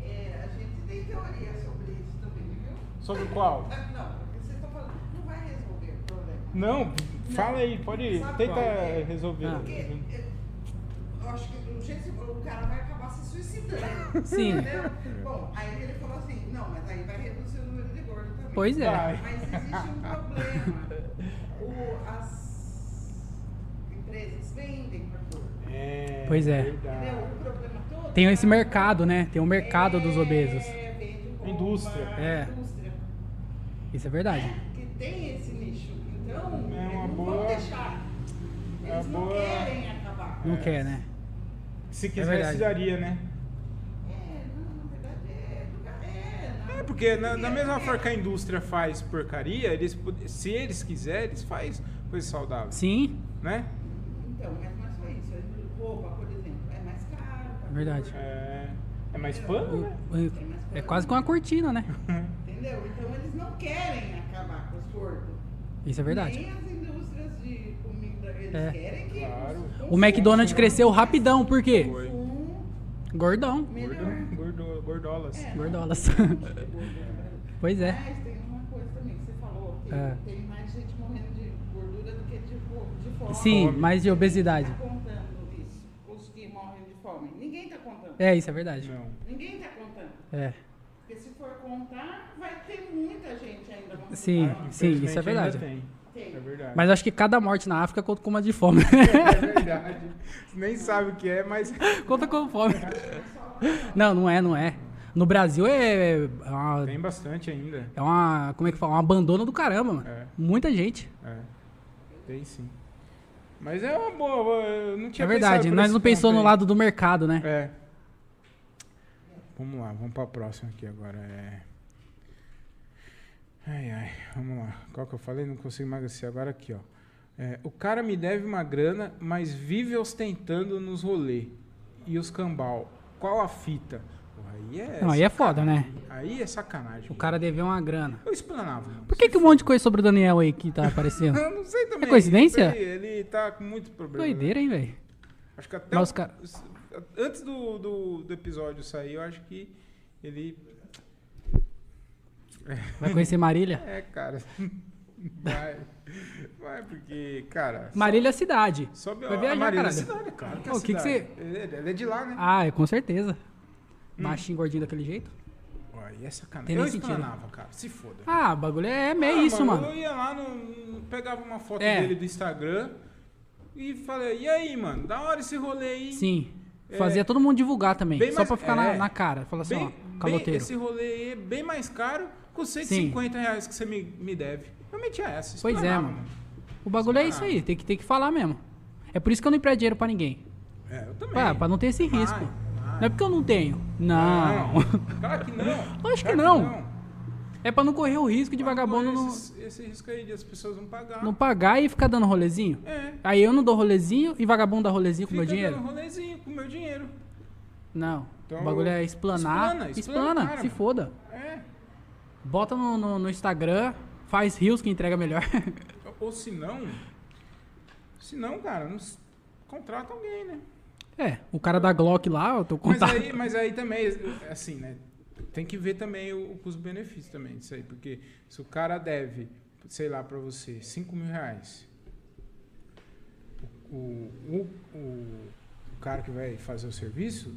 C: então. É, a gente tem teoria sobre isso também, viu? Ah,
B: Sobre qual?
C: Não, é porque vocês estão tá falando, não vai resolver o problema.
B: Não, fala aí, pode ir.
C: Sabe
B: Tenta
C: qual é?
B: resolver.
A: Ah.
C: Porque eh, eu acho que do jeito que você falou, o cara vai acabar se suicidando.
A: Sim.
C: Entendeu? Bom, aí ele falou assim, não, mas aí vai reduzir o número de gordo também.
A: Pois é.
B: Vai.
C: Mas existe um problema. O, as empresas vendem para gordo.
B: É,
A: Pois é.
B: verdade.
C: Entendeu? O problema todo.
A: Tem
C: é
A: esse
C: a-
A: mercado, né? Tem o mercado dos obesos.
C: É, vende roupa,
B: Indústria.
A: É.
C: Indústria.
A: Isso é verdade.
C: que tem esse nicho. Então,
B: É uma
C: eles não
B: boa-
C: vão deixar.
B: é
C: Eles não
B: boa-
C: querem acabar.
A: Não quer, né?
B: Se
A: É verdade.
B: quisesse, daria, né?
C: É, não, na verdade é. educa- É, na-
B: É, porque na, da mesma forma que a indústria faz porcaria, eles, pod- se eles quiserem, eles fazem coisa saudável,
A: Sim,
B: né?
C: Então, mas não é só isso. Roupa, por exemplo, é mais caro. tá
A: É verdade.
C: tudo.
B: É, É mais pano, né?
A: É quase que uma cortina, né?
C: Entendeu? Então eles não querem acabar com os portos.
A: Isso é verdade.
C: Nem as indústrias de comida, eles
A: É.
C: querem que.
B: Claro.
A: O McDonald's cresceu rapidão, por quê?
B: Foi.
A: Gordão.
C: Melhor.
B: Gordo- gordo- gordolas.
C: É.
A: Gordolas. Pois é.
C: Mas tem uma coisa também que você falou, que
A: É.
C: tem mais gente morrendo de gordura do que de, fo- de fome.
A: Sim, mas de obesidade.
C: Ninguém tá contando isso, os que morrem de fome. Ninguém tá contando.
A: É, isso é verdade.
B: Não.
C: Ninguém tá contando.
A: É.
C: Porque se for contar, vai ter muita gente ainda. morrendo.
A: Sim,
B: Ah,
A: sim, isso é
B: infelizmente
A: verdade.
B: ainda tem.
C: Tem.
B: É verdade.
A: Mas acho que cada morte na África conta como uma de fome.
B: É verdade. Nem sabe o que é, mas.
A: conta como fome. Não, não é, não é. No Brasil é uma,
B: Tem bastante ainda.
A: é uma como é que fala? Uma abandona do caramba, mano.
B: É.
A: Muita gente.
B: É. Tem sim. Mas é uma boa. boa, Eu não tinha
A: é verdade,
B: pensado por
A: nós
B: esse
A: não pensamos
B: ponto
A: no
B: aí.
A: lado do mercado, né?
B: É. Vamos lá, vamos pra próxima aqui agora. É. Ai, ai, vamos lá. Qual que eu falei? Não consigo emagrecer. Agora aqui, ó. É, o cara me deve uma grana, mas vive ostentando nos rolê. E os cambal. Qual a fita? Pô, Aí é.
A: Não, aí é foda, né?
B: sacanagem. Aí é sacanagem.
A: O cara deveu uma grana.
B: Eu explanava. mano.
A: Por que, que um monte de coisa sobre o Daniel aí que tá aparecendo?
B: Eu não sei também.
A: coincidência?
B: Ele, ele tá com muito problema. né?
A: Doideira, hein, velho?
B: Acho que até.
A: Mas os
B: o-
A: ca-
B: os- Antes do, do, do episódio sair, eu acho que ele.
A: Vai conhecer Marília?
B: É, cara. Vai. Vai, porque, cara.
A: Marília é a cidade.
B: Sobe
A: Vai
B: a-
A: viajar,
B: a Marília
A: caralho.
B: Cidade, claro que é
A: Ô,
B: a
A: o que que
B: cidade. Ele, ele é de lá, né?
A: Ah, é, com certeza.
B: Hum.
A: Baixinho, gordinho daquele jeito.
B: Pô, Aí é
A: Ah, Tem
B: sacanagem.
A: nem
B: Eu
A: sentido.
B: explanava, cara. Se foda.
A: Ah, o bagulho é, é
B: Ah,
A: isso, mano.
B: Eu ia lá, no, pegava uma foto
A: É.
B: dele do Instagram e falei, e aí, mano? Da hora esse rolê aí.
A: Sim.
B: É,
A: Fazia todo mundo divulgar também.
B: bem
A: Só
B: mais-
A: pra ficar
B: é.
A: na, na cara. Falar assim,
B: Bem,
A: ó,
B: bem,
A: caloteiro.
B: esse rolê aí é bem mais caro com 150 reais que você me, me deve. Eu metia essa.
A: Pois é,
B: explanava,
A: mano. O bagulho é isso aí, tem que, tem que falar mesmo. É por isso que eu não empreendo dinheiro pra ninguém.
B: É, eu também.
A: Pra, pra não ter esse
B: Vai,
A: risco.
B: vai.
A: Não é porque eu não tenho. Não.
B: Claro que não.
A: Lógico que
B: Claro
A: não. É pra não correr o risco de vagabundo não,
B: Esse, esse risco aí de as pessoas não pagar.
A: não pagar e ficar dando rolezinho.
B: É.
A: Aí eu não dou rolezinho e vagabundo dá rolezinho com
B: Fica
A: meu dinheiro?
B: dando um rolezinho com meu dinheiro.
A: Não.
B: Então,
A: o bagulho é explanar. Explana,
B: explana, explana, cara,
A: se
B: mano.
A: foda.
B: É.
A: Bota no, no- no Instagram, faz rios que entrega melhor.
B: Ou se não. Se não, cara, não s- contrata alguém, né?
A: é, o cara da Glock lá, eu tô
B: Mas
A: contando.
B: aí, mas aí também, assim, né? Tem que ver também o, o custo-benefício também disso aí. Porque se o cara deve, sei lá, pra você, 5 mil reais, o, o, o, o cara que vai fazer o serviço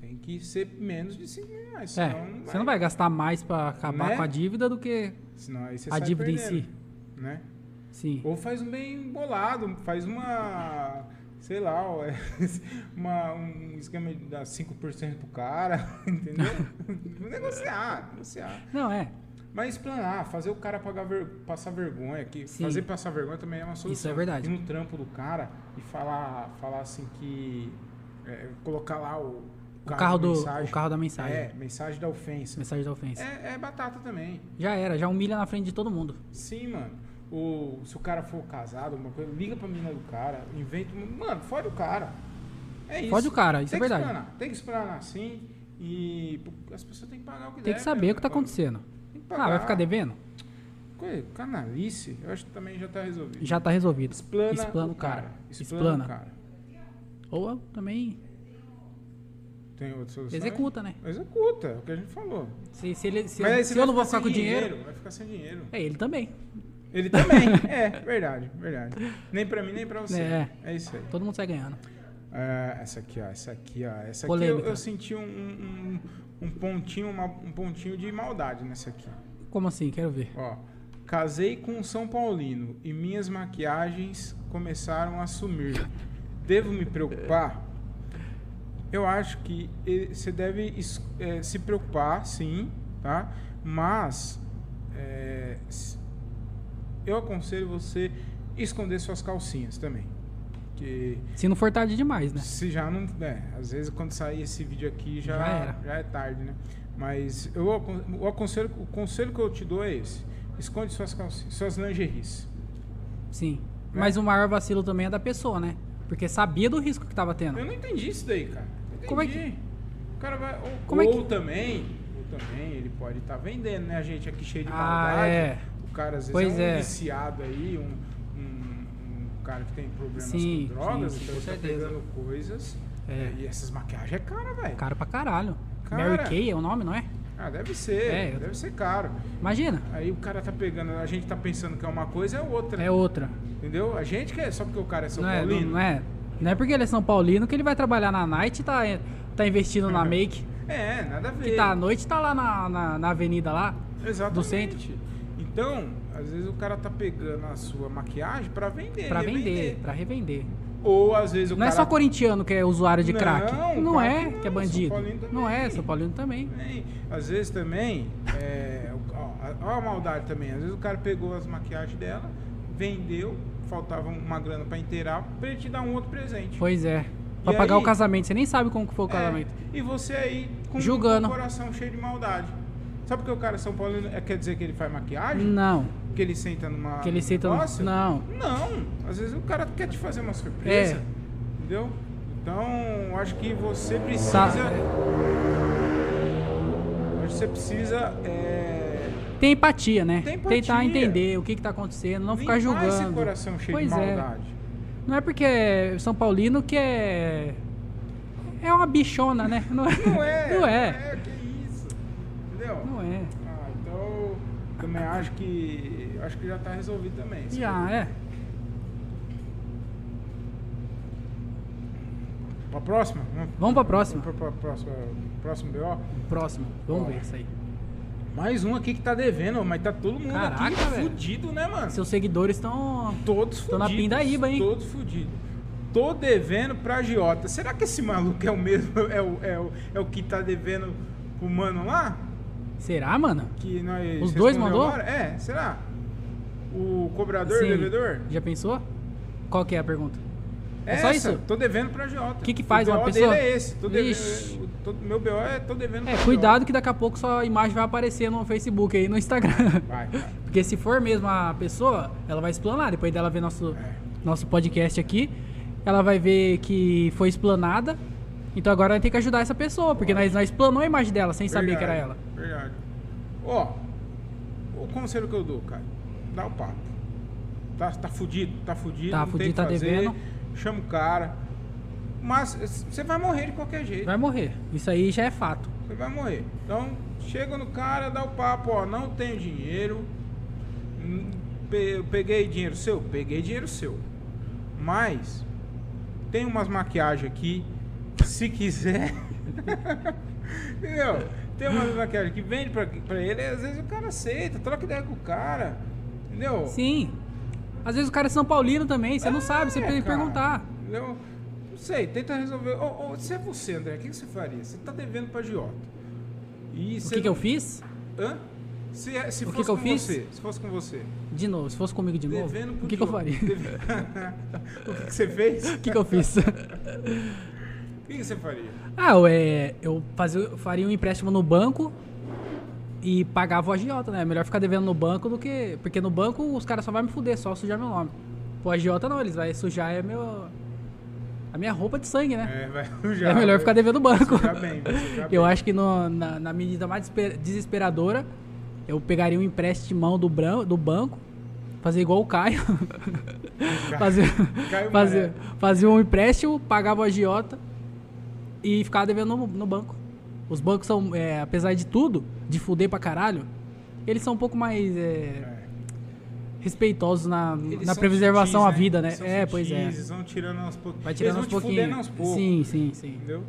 B: tem que ser menos de 5 mil reais.
A: É,
B: senão
A: você não vai gastar mais pra acabar
B: Né?
A: com a dívida do que
B: Senão aí você
A: a
B: sai
A: dívida em
B: perdendo,
A: si.
B: Né?
A: Sim.
B: Ou faz um bem bolado, faz uma. Sei lá, ué, uma, um esquema de dar 5% pro cara, entendeu? negociar, negociar.
A: Não, é.
B: Mas explanar, fazer o cara pagar ver- passar vergonha, que
A: Sim.
B: fazer passar vergonha também é uma solução.
A: é verdade.
B: Ir no trampo do cara e falar, falar assim que. é, colocar lá o,
A: O carro,
B: da
A: do,
B: mensagem.
A: o carro da mensagem.
B: É, mensagem da ofensa.
A: Mensagem da ofensa.
B: É, é batata também.
A: Já era, já humilha na frente de todo mundo.
B: Sim, mano. Ou se o cara for casado, alguma coisa, liga pra mina do cara, inventa. um- Mano, fode o cara. É isso.
A: Fode o cara, isso
B: tem
A: é
B: que
A: verdade.
B: Explanar, tem que explanar assim. E pô, as pessoas têm que né? pagar o que
A: Tem que saber o que tá acontecendo. Ah, vai ficar devendo?
B: devendo. Canalice, eu acho que também já tá resolvido.
A: Já tá resolvido.
B: Explana,
A: o cara.
B: Explana,
A: Explana.
B: o cara.
A: Ou também
B: Tem outra solução?
A: executa, né?
B: Executa, é o que a gente falou.
A: Se, se, ele, se,
B: Mas aí
A: se
B: você vai
A: eu não vou
B: sem
A: ficar com o dinheiro,
B: Vai ficar sem dinheiro.
A: é ele também.
B: Ele também. é, verdade, verdade. Nem pra mim, nem pra você.
A: É.
B: é isso aí.
A: Todo mundo sai ganhando.
B: Ah, essa aqui, ó, essa aqui, ó, essa aqui eu,
A: Polêmica.
B: eu senti um, um, um pontinho, uma- um pontinho de maldade nessa aqui.
A: Como assim? Quero ver.
B: Ó, casei com um São Paulino e minhas maquiagens começaram a sumir. Devo me preocupar? Eu acho que eh, você deve es- eh, se preocupar, sim, tá? Mas eh, s- eu aconselho você esconder suas calcinhas também. Que
A: Se não for tarde demais, né?
B: se já não. É, às vezes quando sair esse vídeo aqui já,
A: Já era.
B: já é tarde, né? Mas eu, acon- o, aconselho, o conselho que eu te dou é esse: esconde suas calcinhas, suas lingeries.
A: Sim.
B: Né?
A: Mas o maior vacilo também é
B: Hum.
A: da pessoa, né? Porque sabia do risco que tava tendo.
B: Eu não entendi isso daí, cara. Não
A: Como é
B: entendi. cara vai. Ou,
A: Como é
B: ou
A: que-
B: também, ou também, ele pode estar vendendo, né? A gente aqui cheio de
A: Ah,
B: maldade.
A: é.
B: O cara às vezes
A: Pois
B: é um
A: é.
B: viciado aí, um, um, um cara que tem problemas
A: Sim,
B: com drogas,
A: sim, sim,
B: então
A: com
B: ele tá
A: certeza.
B: pegando coisas.
A: É.
B: E essas maquiagens é cara, velho.
A: Caro pra caralho.
B: Cara.
A: Mary Kay é o nome, não é?
B: Ah, deve ser,
A: É, eu-
B: deve ser caro.
A: Imagina.
B: Aí o cara tá pegando, a gente tá pensando que é uma coisa, é outra.
A: É outra.
B: Entendeu? A gente quer só porque o cara é São
A: não, é, não,
B: Paulino.
A: não é. Não é porque ele é São Paulino que ele vai trabalhar na night e tá, tá investindo na make.
B: É, nada a ver.
A: Que tá à noite tá lá na, na, na avenida lá.
B: Exatamente.
A: do centro.
B: Então, às vezes o cara tá pegando a sua maquiagem pra vender.
A: Pra
B: revender.
A: vender, pra revender.
B: Ou às vezes o
A: não é
B: cara.
A: só corintiano que é usuário de
B: Não,
A: crack. Não
B: claro
A: é,
B: que não,
A: que é
B: São
A: bandido.
B: Paulino também.
A: Não é, São Paulino também.
B: também. Às vezes também. É... Ó, ó a maldade também. Às vezes o cara pegou as maquiagens dela, vendeu, faltava uma grana pra inteirar, pra ele te dar um outro presente.
A: Pois é. Pra
B: E
A: pagar
B: aí?
A: o casamento, você nem sabe como que foi o casamento.
B: É, e você aí com
A: Julgando.
B: o coração cheio de maldade. Sabe porque o cara é São Paulino é, quer dizer que ele faz maquiagem?
A: Não.
B: Que ele senta numa.
A: Hum. Que ele
B: num
A: senta no-
B: negócio?
A: não.
B: Não. Às vezes o cara quer te fazer uma surpresa.
A: É.
B: Entendeu? Então, acho que você precisa. é,
A: Tá.
B: Acho que você precisa. É,
A: Tem empatia, né?
B: Tem
A: Tentar
B: empatia.
A: entender o que, que tá acontecendo, não ficar
B: limpar
A: julgando.
B: esse coração cheio
A: pois
B: de
A: é.
B: maldade.
A: Não é porque é São Paulino que é. É uma bichona, né? Não é.
B: Não é.
A: Não é.
B: que isso. Entendeu?
A: Não é.
B: Ah, então. Também acho que. Acho que já tá resolvido também. esse
A: Já é.
B: Pra próxima? Vamos
A: Vamos pra próxima.
B: pra, pra próxima, próximo BO.
A: Próximo. Vamos ver isso aí.
B: Mais um aqui que tá devendo, mas tá todo mundo aqui
A: Caraca, velho.
B: fudido, né, mano?
A: Seus seguidores estão.
B: Todos
A: Tô
B: fudidos.
A: na pindaíba, hein?
B: Todos fudidos. Tô devendo pra agiota. Será que esse maluco é o mesmo? É o, é o, é o que tá devendo pro mano lá?
A: Será, mano?
B: Que nós
A: Os dois
B: respondeu
A: mandou?
B: agora? É, será? O cobrador,
A: Sim.
B: o devedor?
A: Assim, Já pensou? Qual que é a pergunta? É só
B: Essa,
A: isso?
B: Tô devendo pra agiota.
A: Que que faz
B: o
A: uma
B: BO
A: pessoa?
B: dele é esse. Tô devendo,
A: Ixi.
B: o- todo- meu BO é tô devendo pra
A: É, cuidado que daqui a pouco sua imagem vai aparecer no Facebook aí no Instagram.
B: Vai, vai.
A: Porque se for mesmo a pessoa, ela vai explanar. Depois dela ver nosso,
B: É.
A: nosso podcast aqui, ela vai ver que foi explanada. Então agora tem que ajudar essa pessoa, porque nós, nós explanou a imagem dela sem saber que era ela.
B: Verdade, Verdade. Ó, o conselho que eu dou, cara, dá o papo. Tá, tá fudido, tá fudido,
A: Tá
B: não tem o
A: fudido,
B: que
A: tá
B: fazer,
A: devendo.
B: Chama o cara. Mas eh, você vai morrer de qualquer jeito.
A: Vai morrer. Isso aí já é fato.
B: Você vai morrer. Então, chega no cara, dá o papo, ó, não tenho dinheiro. hum, pe- eu Peguei dinheiro seu? Peguei dinheiro seu. Mas tem umas maquiagens aqui. Se quiser. Entendeu? Tem umas maquiagens que vende pra, pra ele, e às vezes o cara aceita, troca ideia com o cara. Entendeu?
A: Sim. Às vezes o cara é São Paulino também, você não sabe, você
B: É,
A: tem que
B: cara.
A: perguntar.
B: Entendeu? Não sei, tenta resolver. Ô, ô, se é você, André, o que que você faria? Você tá devendo pra Giota. E
A: O
B: você
A: que, que
B: não-
A: eu fiz?
B: Hã? Se, é- se
A: O que
B: fosse
A: que eu
B: com
A: fiz?
B: você, se fosse com você,
A: De novo, se fosse comigo de novo,
B: devendo pro
A: o que, que eu
B: Diogo.
A: faria?
B: Deve- o que, que você fez?
A: O que, que eu fiz?
B: O que, que você faria?
A: Ah, eu, é, eu, fazia, eu faria um empréstimo no banco e pagava o agiota, né? Melhor ficar devendo no banco do que. Porque no banco os caras só vão me fuder, só sujar meu nome. O agiota não, eles vão sujar é meu, a minha roupa de sangue, né?
B: É, vai
A: É,
B: já,
A: melhor ficar devendo no banco.
B: Sujar bem, vai sujar
A: eu
B: bem.
A: acho que no- na, na medida mais desesper- desesperadora, eu pegaria um empréstimo do, bran- do banco, fazer igual o Caio. fazer,
B: Caio
A: fazer,
B: Maia.
A: fazer um empréstimo, pagava o agiota e ficava devendo no, no banco. Os bancos são, é, apesar de tudo, de fuder pra caralho, eles são um pouco mais é,
B: É.
A: respeitosos na,
B: Eles
A: na
B: são
A: preservação
B: sutis,
A: à vida, né?
B: São
A: é, pois é.
B: sutis, Eles vão tirando aos poucos.
A: Vai tirando aos
B: eles vão te fudendo
A: pouquinhos.
B: aos poucos.
A: Sim, sim, sim.
B: Entendeu?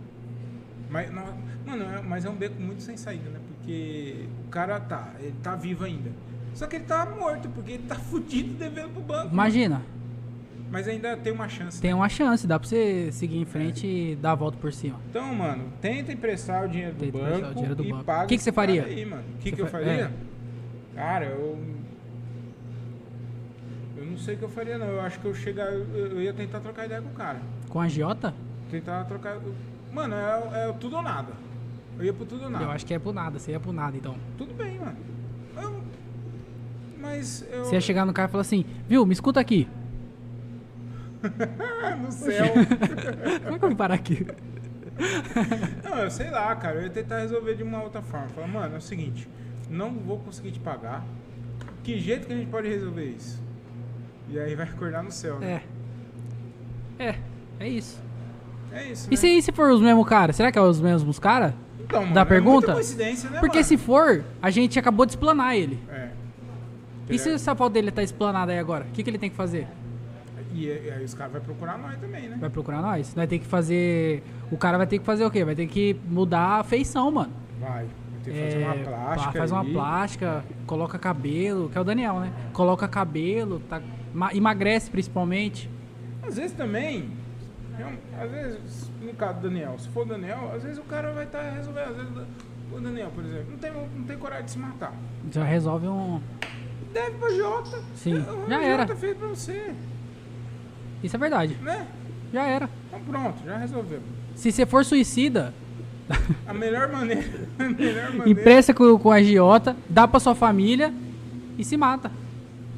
B: Mas, não, mano, é- mas é um beco muito sem saída, né? Porque o cara tá, ele tá vivo ainda. Só que ele tá morto, porque ele tá fudido devendo pro banco.
A: Imagina,
B: Mas ainda tem uma chance. né?
A: tem uma chance, dá pra você seguir em frente e dar a volta por cima.
B: Então, mano, tenta emprestar o dinheiro do
A: Tenta emprestar
B: banco
A: o dinheiro do
B: e
A: banco.
B: paga
A: O que que
B: esse
A: você
B: cara
A: faria?
B: aí, mano. O que,
A: Você
B: que eu
A: fa-
B: faria?
A: é.
B: Cara, eu... Eu não sei o que eu faria, não. Eu acho que eu chegar... Eu eu ia tentar trocar ideia com o cara.
A: Com a agiota,
B: Tentar trocar... Mano, é, é tudo ou nada. Eu ia pro tudo ou nada.
A: eu acho que é pro nada, você ia pro nada, então.
B: Tudo bem, mano. Eu- Mas eu...
A: Você ia chegar no cara e falar assim, viu, me escuta aqui.
B: no céu. Ah,
A: Como é que eu vim parar aqui?
B: Não, eu sei lá, cara. Eu ia tentar resolver de uma outra forma. Falar, mano, é o seguinte, não vou conseguir te pagar. Que jeito que a gente pode resolver isso? E aí vai acordar no céu,
A: É.
B: né?
A: É, é isso.
B: É, isso, né?
A: E se, e se for os mesmos caras? Será que é os mesmos caras?
B: Então, mano,
A: da
B: é muita
A: pergunta?
B: coincidência, né,
A: Porque
B: mano?
A: se for, a gente acabou de explanar ele.
B: É.
A: E se essa foto dele tá explanada aí agora? O que, que ele tem que fazer?
B: E, e aí os caras vão procurar nós também, né?
A: Vai procurar nós? Vai ter que fazer. O cara vai ter que fazer o quê? Vai ter que mudar a feição, mano.
B: Vai. Vai ter que fazer
A: É,
B: uma plástica.
A: Faz uma
B: aí.
A: plástica, coloca cabelo, que é o Daniel, né? Coloca cabelo, tá, ma- emagrece principalmente.
B: Às vezes também. eu- Às vezes, no caso do Daniel, se for o Daniel, às vezes o cara vai estar resolvendo. Às vezes, o Daniel, por exemplo, não tem, não tem coragem de se matar.
A: Já resolve um.
B: Deve pra Jota.
A: Sim,
B: O
A: já
B: Jota
A: era.
B: fez pra você,
A: Isso é verdade.
B: né?
A: Já era.
B: Então pronto, já resolvemos.
A: Se você for suicida,
B: A melhor maneira. A melhor maneira.
A: empresta com, com a agiota, dá pra sua família e se mata.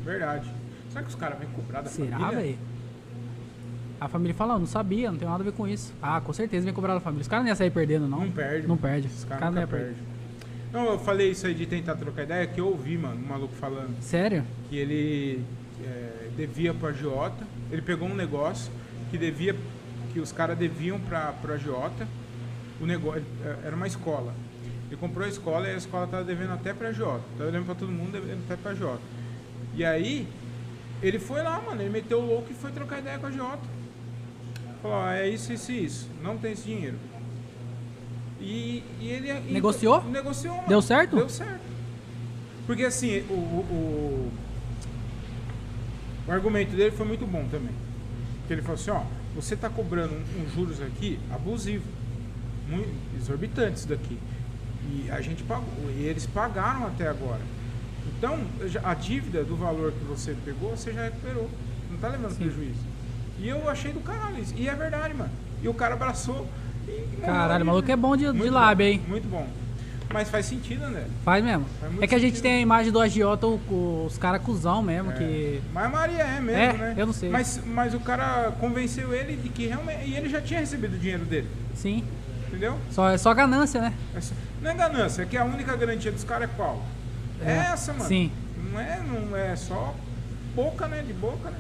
B: Verdade. Será que os caras vêm cobrar da
A: Será,
B: família?
A: velho? A família fala, "Eu não sabia, não tem nada a ver com isso. Ah, com certeza vem cobrar da família. Os caras não iam sair perdendo, não.
B: Não perde.
A: Não
B: mano.
A: perde. é
B: Os
A: Os
B: caras
A: caras não
B: nunca
A: iam perder.
B: perdem. Não, eu falei isso aí de tentar trocar ideia, que eu ouvi, mano, um maluco falando.
A: Sério?
B: que ele é, devia para agiota. Ele pegou um negócio que devia, que os caras deviam para para agiota. O negócio era uma escola. Ele comprou a escola e a escola estava devendo até para agiota. Então, Tava devendo para todo mundo, devendo até para agiota. E aí ele foi lá, mano, ele meteu o louco e foi trocar ideia com a agiota. Falou, ó, é isso, isso, e isso. Não tem esse dinheiro. E, e ele e-
A: Negociou?
B: negociou, mano.
A: Deu certo?
B: Deu certo. Porque assim, o, o, o- o argumento dele foi muito bom também. Porque ele falou assim, ó, você está cobrando um- uns juros aqui abusivo, muito exorbitantes daqui. E a gente pagou, e eles pagaram até agora. Então, já- a dívida do valor que você pegou, você já recuperou. Não tá levando prejuízo. E eu achei do caralho isso. E é verdade, mano. E o cara abraçou. e- né?
A: Caralho, o maluco é bom de, de
B: Muito
A: lábio,
B: bom,
A: hein?
B: Muito bom. Mas faz sentido, André.
A: Faz mesmo.
B: Faz muito
A: é que a gente
B: sentido. É.
A: tem a imagem do agiota, o- o- os caras cuzão mesmo, que.
B: Mas a Maria é mesmo,
A: É,
B: né?
A: eu não sei.
B: Mas, mas o cara convenceu ele de que realmente. E ele já tinha recebido o dinheiro dele,
A: Sim.
B: entendeu?
A: Só, é só ganância, né?
B: É só- Não é ganância, é que a única garantia dos caras é qual? É,
A: É,
B: essa, mano.
A: sim.
B: Não é, não é só boca, né? De boca, né?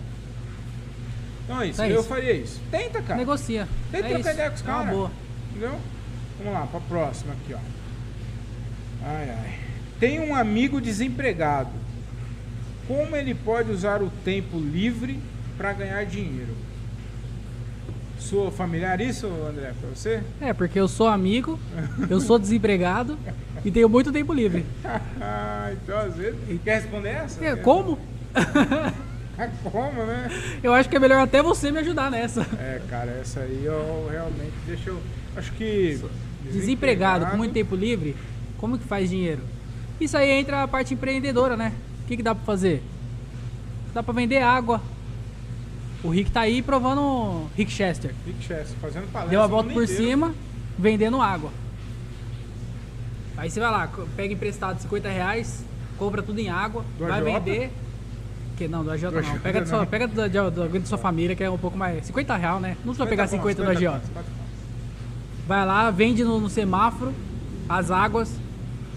B: Então é isso,
A: É
B: eu
A: isso.
B: faria isso. Tenta, cara.
A: Negocia.
B: Tá. Tem que
A: é
B: trocar
A: isso.
B: ideia com os
A: É uma
B: cara.
A: boa.
B: Entendeu? Vamos lá, pra próxima aqui, ó. Ai, ai. Tem um amigo desempregado. Como ele pode usar o tempo livre para ganhar dinheiro? Sou familiar isso, André, pra você?
A: É, porque eu sou amigo, eu sou desempregado e tenho muito tempo livre.
B: Ah, então às vezes. Quer responder essa?
A: É, como?
B: Como, né?
A: Eu acho que é melhor até você me ajudar nessa.
B: É, cara, essa aí eu realmente. Deixa eu. Acho que.
A: Desempregado, com muito tempo livre, como que faz dinheiro? Isso aí entra a parte empreendedora, né? O que, que dá pra fazer? Dá pra vender água. O Rick tá aí provando o Rick Chester.
B: Big Chess, é, fazendo palestra.
A: Deu a
B: no
A: volta
B: mundo
A: por
B: inteiro.
A: cima, vendendo água. Aí você vai lá, co- pega emprestado 50 reais, compra tudo em água,
B: Do
A: vai
B: agiota?
A: vender. Que não, do agiota
B: Do
A: não.
B: agiota
A: Pega, do
B: não.
A: sua, pega do, do, do, da sua família, que é um pouco mais. 50 real, né? Não precisa
B: tá
A: pegar 50 do agiota.
B: conto, 50 conto.
A: Vai lá, vende no, no semáforo as águas.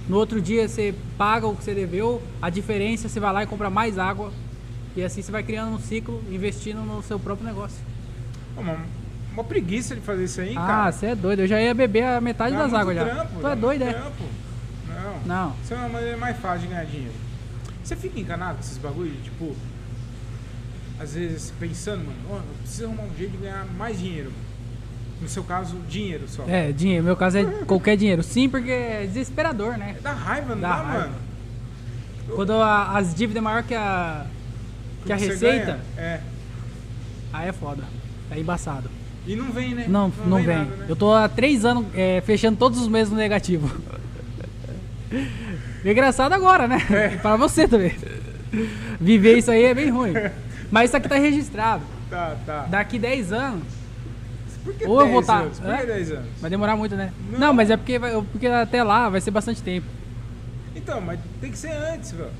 A: No outro dia você paga o que você deveu, a diferença você vai lá e compra mais água. E assim você vai criando um ciclo, investindo no seu próprio negócio.
B: Pô, uma, uma preguiça de fazer isso aí,
A: ah,
B: cara.
A: você é doido. Eu já ia beber a metade
B: Dá
A: das
B: muito
A: águas já.
B: trampo,
A: tu
B: dá
A: é
B: muito
A: doido, é?
B: trampo. Não.
A: Não.
B: Isso é uma maneira mais fácil de ganhar dinheiro. Você fica encanado com esses bagulho, de, tipo, às vezes pensando, mano, ó, eu preciso arrumar um jeito de ganhar mais dinheiro. No seu caso, dinheiro só.
A: É, dinheiro. Meu caso é qualquer dinheiro. Sim, porque é desesperador, né?
B: Dá raiva, não dá,
A: Dá raiva.
B: mano?
A: Quando a- as dívidas é maior que a, que a
B: Você
A: receita,
B: ganha, É.
A: aí é foda. É embaçado.
B: E não vem, né?
A: Não, não, vem.
B: nada, né?
A: Eu tô há três anos é, fechando todos os meses no negativo. É engraçado agora, né?
B: É.
A: Pra você também. Viver isso aí é bem ruim. Mas isso aqui tá registrado.
B: Tá, tá.
A: Daqui 10 anos,
B: Por que
A: Ou eu
B: 10
A: vou tá-
B: anos? Por que
A: é?
B: 10 anos?
A: vai demorar muito, né?
B: Não.
A: Não, mas é porque, vai- porque até lá vai ser bastante tempo.
B: Então, mas tem que ser antes, velho.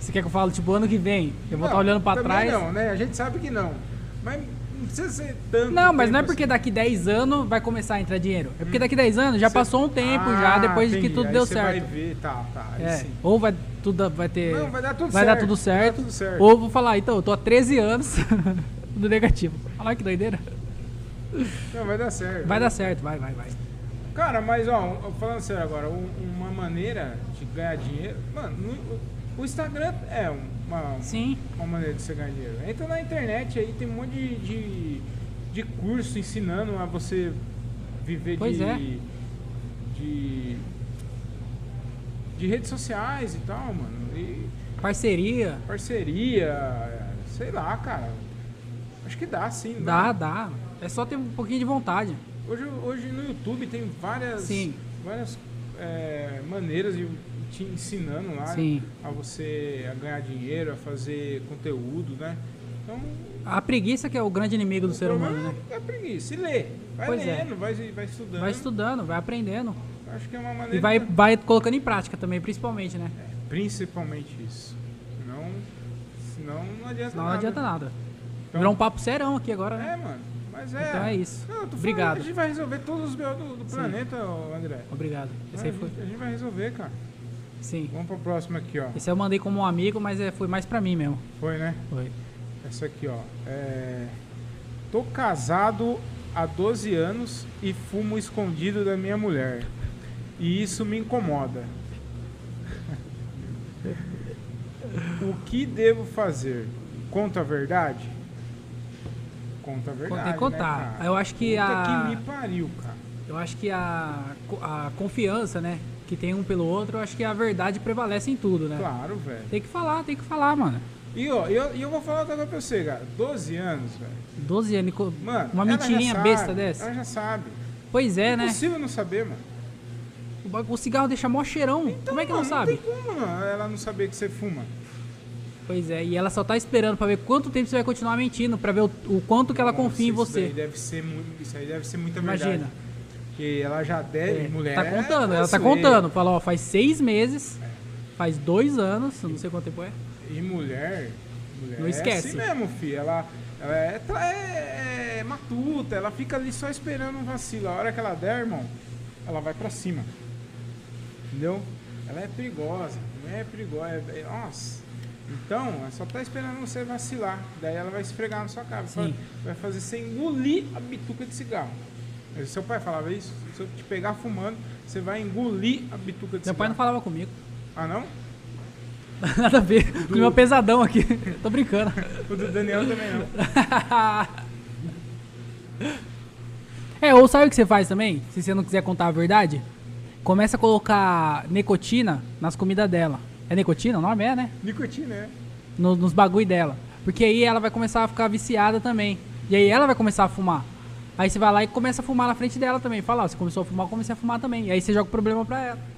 A: Você quer que eu fale, tipo, ano que vem? Eu vou estar
B: Não,
A: olhando pra
B: também
A: trás.
B: Não, né? A gente sabe que não. Mas Não precisa ser tanto.
A: Não, mas
B: tempo
A: não é porque
B: assim.
A: daqui 10 anos vai começar a entrar dinheiro. É porque daqui 10 anos já passou um tempo já,
B: Hum. Ah,
A: depois de que
B: entendi.
A: tudo
B: Aí
A: deu
B: você
A: certo.
B: Vai ver, tá, tá. Aí
A: É,
B: sim.
A: Ou vai, tudo, vai ter.
B: Não, vai dar tudo
A: vai
B: certo,
A: Dar tudo
B: vai dar
A: certo,
B: tudo certo.
A: Ou vou falar, então, eu tô há 13 anos do negativo. Olha lá que doideira.
B: Não, vai dar certo.
A: Vai dar certo, vai, vai, vai.
B: Cara, mas ó, falando sério agora, um- uma maneira de ganhar dinheiro. Mano, no- o Instagram é uma,
A: Sim.
B: uma maneira de você ganhar dinheiro. Entra na internet aí, tem um monte de, de, de curso ensinando a você viver
A: Pois
B: de,
A: é.
B: de. de redes sociais e tal, mano. E
A: Parceria.
B: parceria, sei lá, cara. Acho que dá sim. né?
A: Dá, dá. É só ter um pouquinho de vontade.
B: Hoje, hoje no YouTube tem várias,
A: Sim.
B: várias é, maneiras de te ensinando lá
A: Sim.
B: a você a ganhar dinheiro, a fazer conteúdo, né? Então,
A: A preguiça que é o grande inimigo do ser humano, né?
B: é preguiça. E lê. Vai
A: Pois é.
B: lendo, vai, vai estudando.
A: Vai estudando, vai aprendendo.
B: Acho que é uma maneira. É,
A: E vai, vai colocando em prática também, principalmente, né?
B: Principalmente isso. Não, senão não adianta
A: Não
B: nada.
A: adianta nada.
B: Então-
A: Virou um papo serão aqui agora, né?
B: É, mano. Mas é.
A: Então é isso.
B: Não, eu tô falando,
A: Obrigado.
B: a gente vai resolver todos os meus do, do
A: Sim.
B: planeta, ô, André.
A: Obrigado. Esse aí
B: a,
A: foi.
B: gente, a gente vai resolver, cara.
A: Sim.
B: Vamos pra próxima aqui, ó.
A: Esse eu mandei como um amigo, mas é, foi mais pra mim mesmo.
B: Foi, né?
A: Foi.
B: Essa aqui, ó. É... Tô casado há 12 anos e fumo escondido da minha mulher. E isso me incomoda. o que devo fazer? Conta a verdade? Conta a verdade.
A: Tem que
B: né,
A: contar.
B: cara?
A: eu acho que
B: Puta
A: a.
B: que me pariu, cara.
A: Eu acho que a, a confiança, né? Que tem um pelo outro, eu acho que a verdade prevalece em tudo, né?
B: Claro, velho.
A: Tem que falar, tem que falar, mano.
B: E ó, eu, e eu vou falar outra coisa pra você, cara. 12 anos, velho.
A: 12 anos. co-
B: Mano,
A: uma
B: ela já
A: mentirinha
B: sabe,
A: besta dessa.
B: Ela já sabe.
A: Pois é, né?
B: Impossível não saber, mano.
A: O ba- O cigarro deixa mó cheirão. Como é que ela
B: mano,
A: sabe?
B: Então Não tem como mano, ela não saber que você fuma.
A: Pois é, e ela só tá esperando pra ver quanto tempo você vai continuar mentindo, pra ver o, o quanto que ela
B: Nossa,
A: confia em
B: Isso,
A: você.
B: daí deve ser mu- isso aí deve ser muita verdade.
A: Imagina.
B: Que ela já deve,
A: É,
B: mulher.
A: tá contando,
B: é
A: ela tá
B: zoeira.
A: contando. Fala, ó, faz seis meses, faz dois anos, eu não sei quanto tempo é.
B: E mulher, mulher
A: Não esquece.
B: É assim mesmo, filho. Ela, ela é, tra- é- é matuta, ela fica ali só esperando um vacilo. A hora que ela der, irmão, ela vai pra cima. Entendeu? Ela é perigosa, não é perigosa. é- é- nossa. Então, ela só tá esperando você vacilar. Daí ela vai esfregar na sua cara.
A: Sim.
B: Vai fazer você engolir a bituca de cigarro. Seu pai falava isso? Se eu te pegar fumando, você vai engolir a bituca de
A: Meu
B: cigarro.
A: pai não falava comigo.
B: Ah, não?
A: Nada a ver com o meu pesadão aqui. Tô brincando.
B: O do Daniel também não.
A: é, ou sabe o que você faz também? Se você não quiser contar a verdade, começa a colocar nicotina nas comidas dela. É nicotina? O nome é, né?
B: Nicotina, é.
A: No- nos bagulho dela. Porque aí ela vai começar a ficar viciada também. E aí ela vai começar a fumar. Aí você vai lá e começa a fumar na frente dela também. Fala, ó, você começou a fumar, eu comecei a fumar também. E aí você joga o problema pra ela.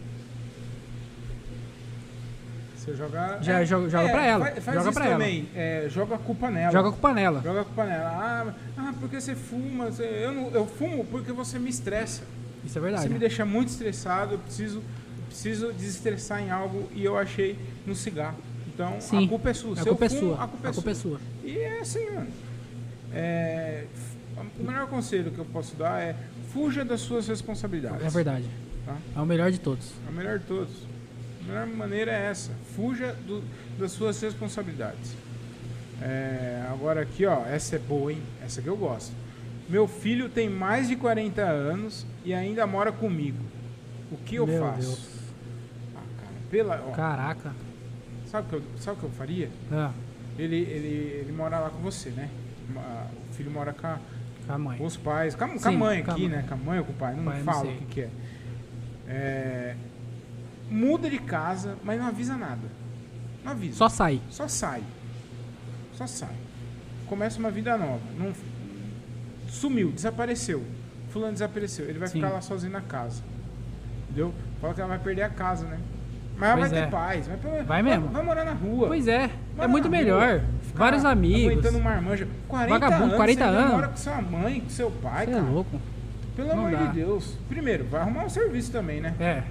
B: Você joga. é,
A: Já joga- joga pra ela,
B: Faz, faz
A: joga
B: isso
A: pra ela.
B: também. É, joga a culpa nela.
A: Joga a culpa nela.
B: Joga a culpa nela. Ah, ah, porque você fuma. você- eu, não- eu fumo porque você me estressa.
A: Isso é
B: Você
A: verdade.
B: me deixa muito estressado. Eu preciso, preciso desestressar em algo e eu achei no cigarro. Então
A: Sim.
B: a culpa é sua.
A: A
B: Se eu
A: culpa é
B: fumo,
A: sua.
B: A culpa é sua.
A: sua.
B: E é assim, mano. É, f- o melhor conselho que eu posso dar é fuja das suas responsabilidades.
A: É verdade.
B: Tá?
A: É o melhor de todos.
B: A melhor de todos. A melhor maneira é essa. Fuja do- das suas responsabilidades. É, agora aqui, ó. Essa é boa, hein? Essa que eu gosto. Meu filho tem mais de 40 anos e ainda mora comigo. O que eu
A: Meu
B: faço?
A: Deus.
B: Ah, cara, pela, ó,
A: Caraca.
B: sabe, o que eu, sabe o que eu faria?
A: Ah,
B: Ele, ele, ele mora lá com você, né? Ma- O filho mora com a,
A: com a mãe.
B: com os pais, com a, com a
A: Sim,
B: mãe
A: com a
B: aqui,
A: mãe.
B: né? Com a mãe ou com o pai, não
A: Pai, não
B: fala
A: sei.
B: o que, que é. É, Muda de casa, mas não avisa nada. Não avisa.
A: Só sai.
B: Só sai. Só sai. Começa uma vida nova. Não... Sumiu, desapareceu. Fulano desapareceu. Ele vai
A: Sim.
B: ficar lá sozinho na casa. Entendeu? Fala que ela vai perder a casa, né? Mas ela
A: Pois
B: vai
A: é.
B: ter paz. Vai, pra-
A: Vai mesmo.
B: Vai morar na rua.
A: Pois é, é
B: Mora
A: muito
B: na
A: melhor.
B: rua, fica
A: Vários
B: lá
A: amigos.
B: tá Aguentando uma armanja. 40
A: Vagabundo,
B: anos,
A: 40
B: você ainda
A: anos.
B: mora com sua mãe, com seu pai,
A: Você é
B: cara.
A: louco.
B: Pelo
A: Não
B: amor
A: dá.
B: de Deus. Primeiro, vai arrumar um serviço também, né?
A: É,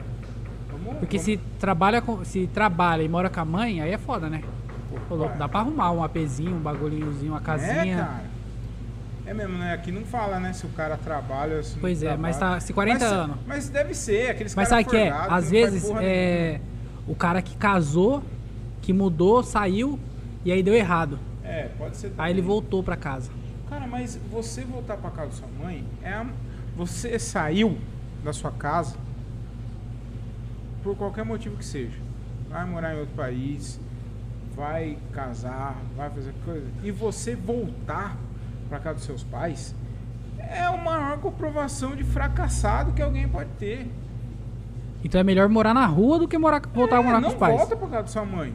B: Vamos-
A: porque
B: vamos-
A: se trabalha, com- se trabalha e mora com a mãe, aí é foda, né? Pô, louco, dá pra arrumar um APzinho, um bagulhinhozinho, uma
B: É,
A: casinha.
B: cara. É mesmo, né? Aqui não fala, né? Se o cara trabalha, se não
A: Pois é,
B: trabalha.
A: mas tá- se 40
B: Mas-
A: anos.
B: Mas deve ser, aqueles
A: Mas sabe
B: cara
A: o que é?
B: forgado,
A: Às
B: que não faz
A: vezes
B: porra
A: é o cara que casou, que mudou, saiu e aí deu errado.
B: nenhuma. É, pode ser.
A: Aí ele
B: também.
A: voltou pra casa.
B: Cara, mas você voltar pra casa da sua mãe é. a- Você saiu da sua casa por qualquer motivo que seja. Vai morar em outro país, vai casar, vai fazer coisa. E você voltar pra casa dos seus pais é a maior comprovação de fracassado que alguém pode ter.
A: Então é melhor morar na rua do que morar, voltar a
B: É,
A: morar com
B: não
A: os pais.
B: volta pra casa da sua mãe.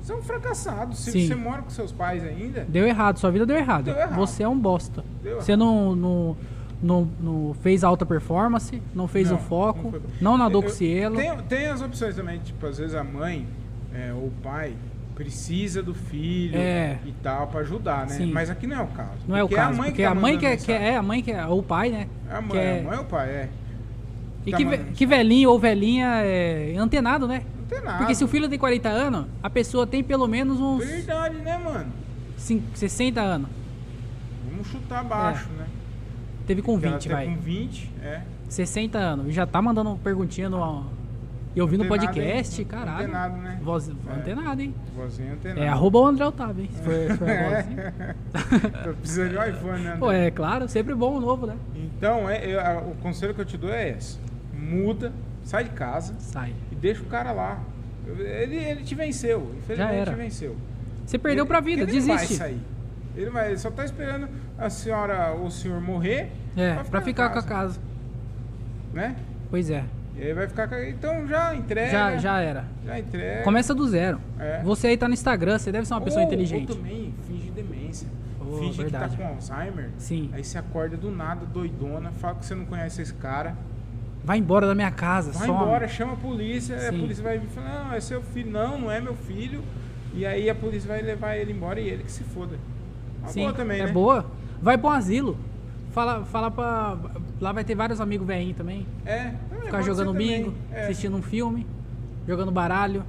B: Você é um fracassado. Se
A: Sim.
B: você mora com seus pais ainda,
A: Deu errado, sua vida deu errado.
B: Deu errado.
A: Você é um bosta.
B: Deu
A: Você não, não, não, não fez alta performance, não fez
B: Não,
A: o foco,
B: foi-
A: não, nadou
B: Eu-
A: com o cielo.
B: Tem, tem as opções também, tipo, às vezes a mãe é, ou o pai precisa do filho
A: É.
B: e tal pra ajudar, né?
A: Sim.
B: Mas aqui não é o caso.
A: Não é o
B: Porque
A: caso, porque a mãe que
B: quer
A: é, que é a mãe que é, ou o pai, né?
B: tá A
A: que
B: mãe,
A: é-
B: a mãe ou o pai, é.
A: E
B: tá
A: que, ve-
B: mandando
A: que velhinho ou velhinha é antenado, né?
B: Não tem nada.
A: Porque se o filho tem 40 anos, a pessoa tem pelo menos uns
B: Verdade, né, mano?
A: cin- 60 anos.
B: Vamos chutar baixo, né?
A: Teve É. com
B: Porque ela
A: 20,
B: tem
A: vai.
B: Com 20, é.
A: 60 anos. E já tá mandando perguntinha no. E ouvindo
B: Antenado,
A: podcast,
B: hein?
A: caralho.
B: Antenado, né?
A: Voz,
B: É.
A: Antenado, hein?
B: Vozinha antenada.
A: É, arroba o André Otávio, hein? Se for, se for a voz, hein?
B: Tô precisando de um iPhone, né?
A: Pô,
B: André?
A: é claro, sempre bom o novo, né?
B: Então, é, eu- a- o conselho que eu te dou é esse. Muda, sai de casa
A: Sai.
B: e deixa o cara lá. Ele, ele te venceu, infelizmente
A: era.
B: te venceu.
A: Você perdeu pra vida,
B: ele
A: desiste.
B: Ele vai sair. Ele, vai, ele só tá esperando a senhora ou o senhor morrer
A: É, pra
B: na
A: ficar com a casa.
B: Né?
A: Pois é,
B: E aí vai ficar com a... Então já entrega.
A: já, já era.
B: já entrega.
A: Começa do zero.
B: É.
A: Você aí tá no Instagram, você deve ser uma pessoa
B: Ou-
A: inteligente.
B: Ou também finge demência.
A: Oh,
B: finge
A: verdade.
B: que tá com Alzheimer.
A: Sim.
B: Aí você acorda do nada, doidona, fala que você não conhece esse cara.
A: Vai embora da minha casa,
B: Vai
A: some.
B: embora, chama a polícia, a
A: Sim.
B: polícia vai vir e falar, não, é seu filho, não, não é meu filho. E aí a polícia vai levar ele embora e ele que se foda. Uma
A: Sim,
B: boa também,
A: é
B: né?
A: boa. Vai pra um asilo. Fala, fala pra. Lá vai ter vários amigos velhinhos também.
B: É, também
A: Ficar
B: pode
A: jogando
B: ser também,
A: bingo,
B: é.
A: assistindo um filme, jogando baralho.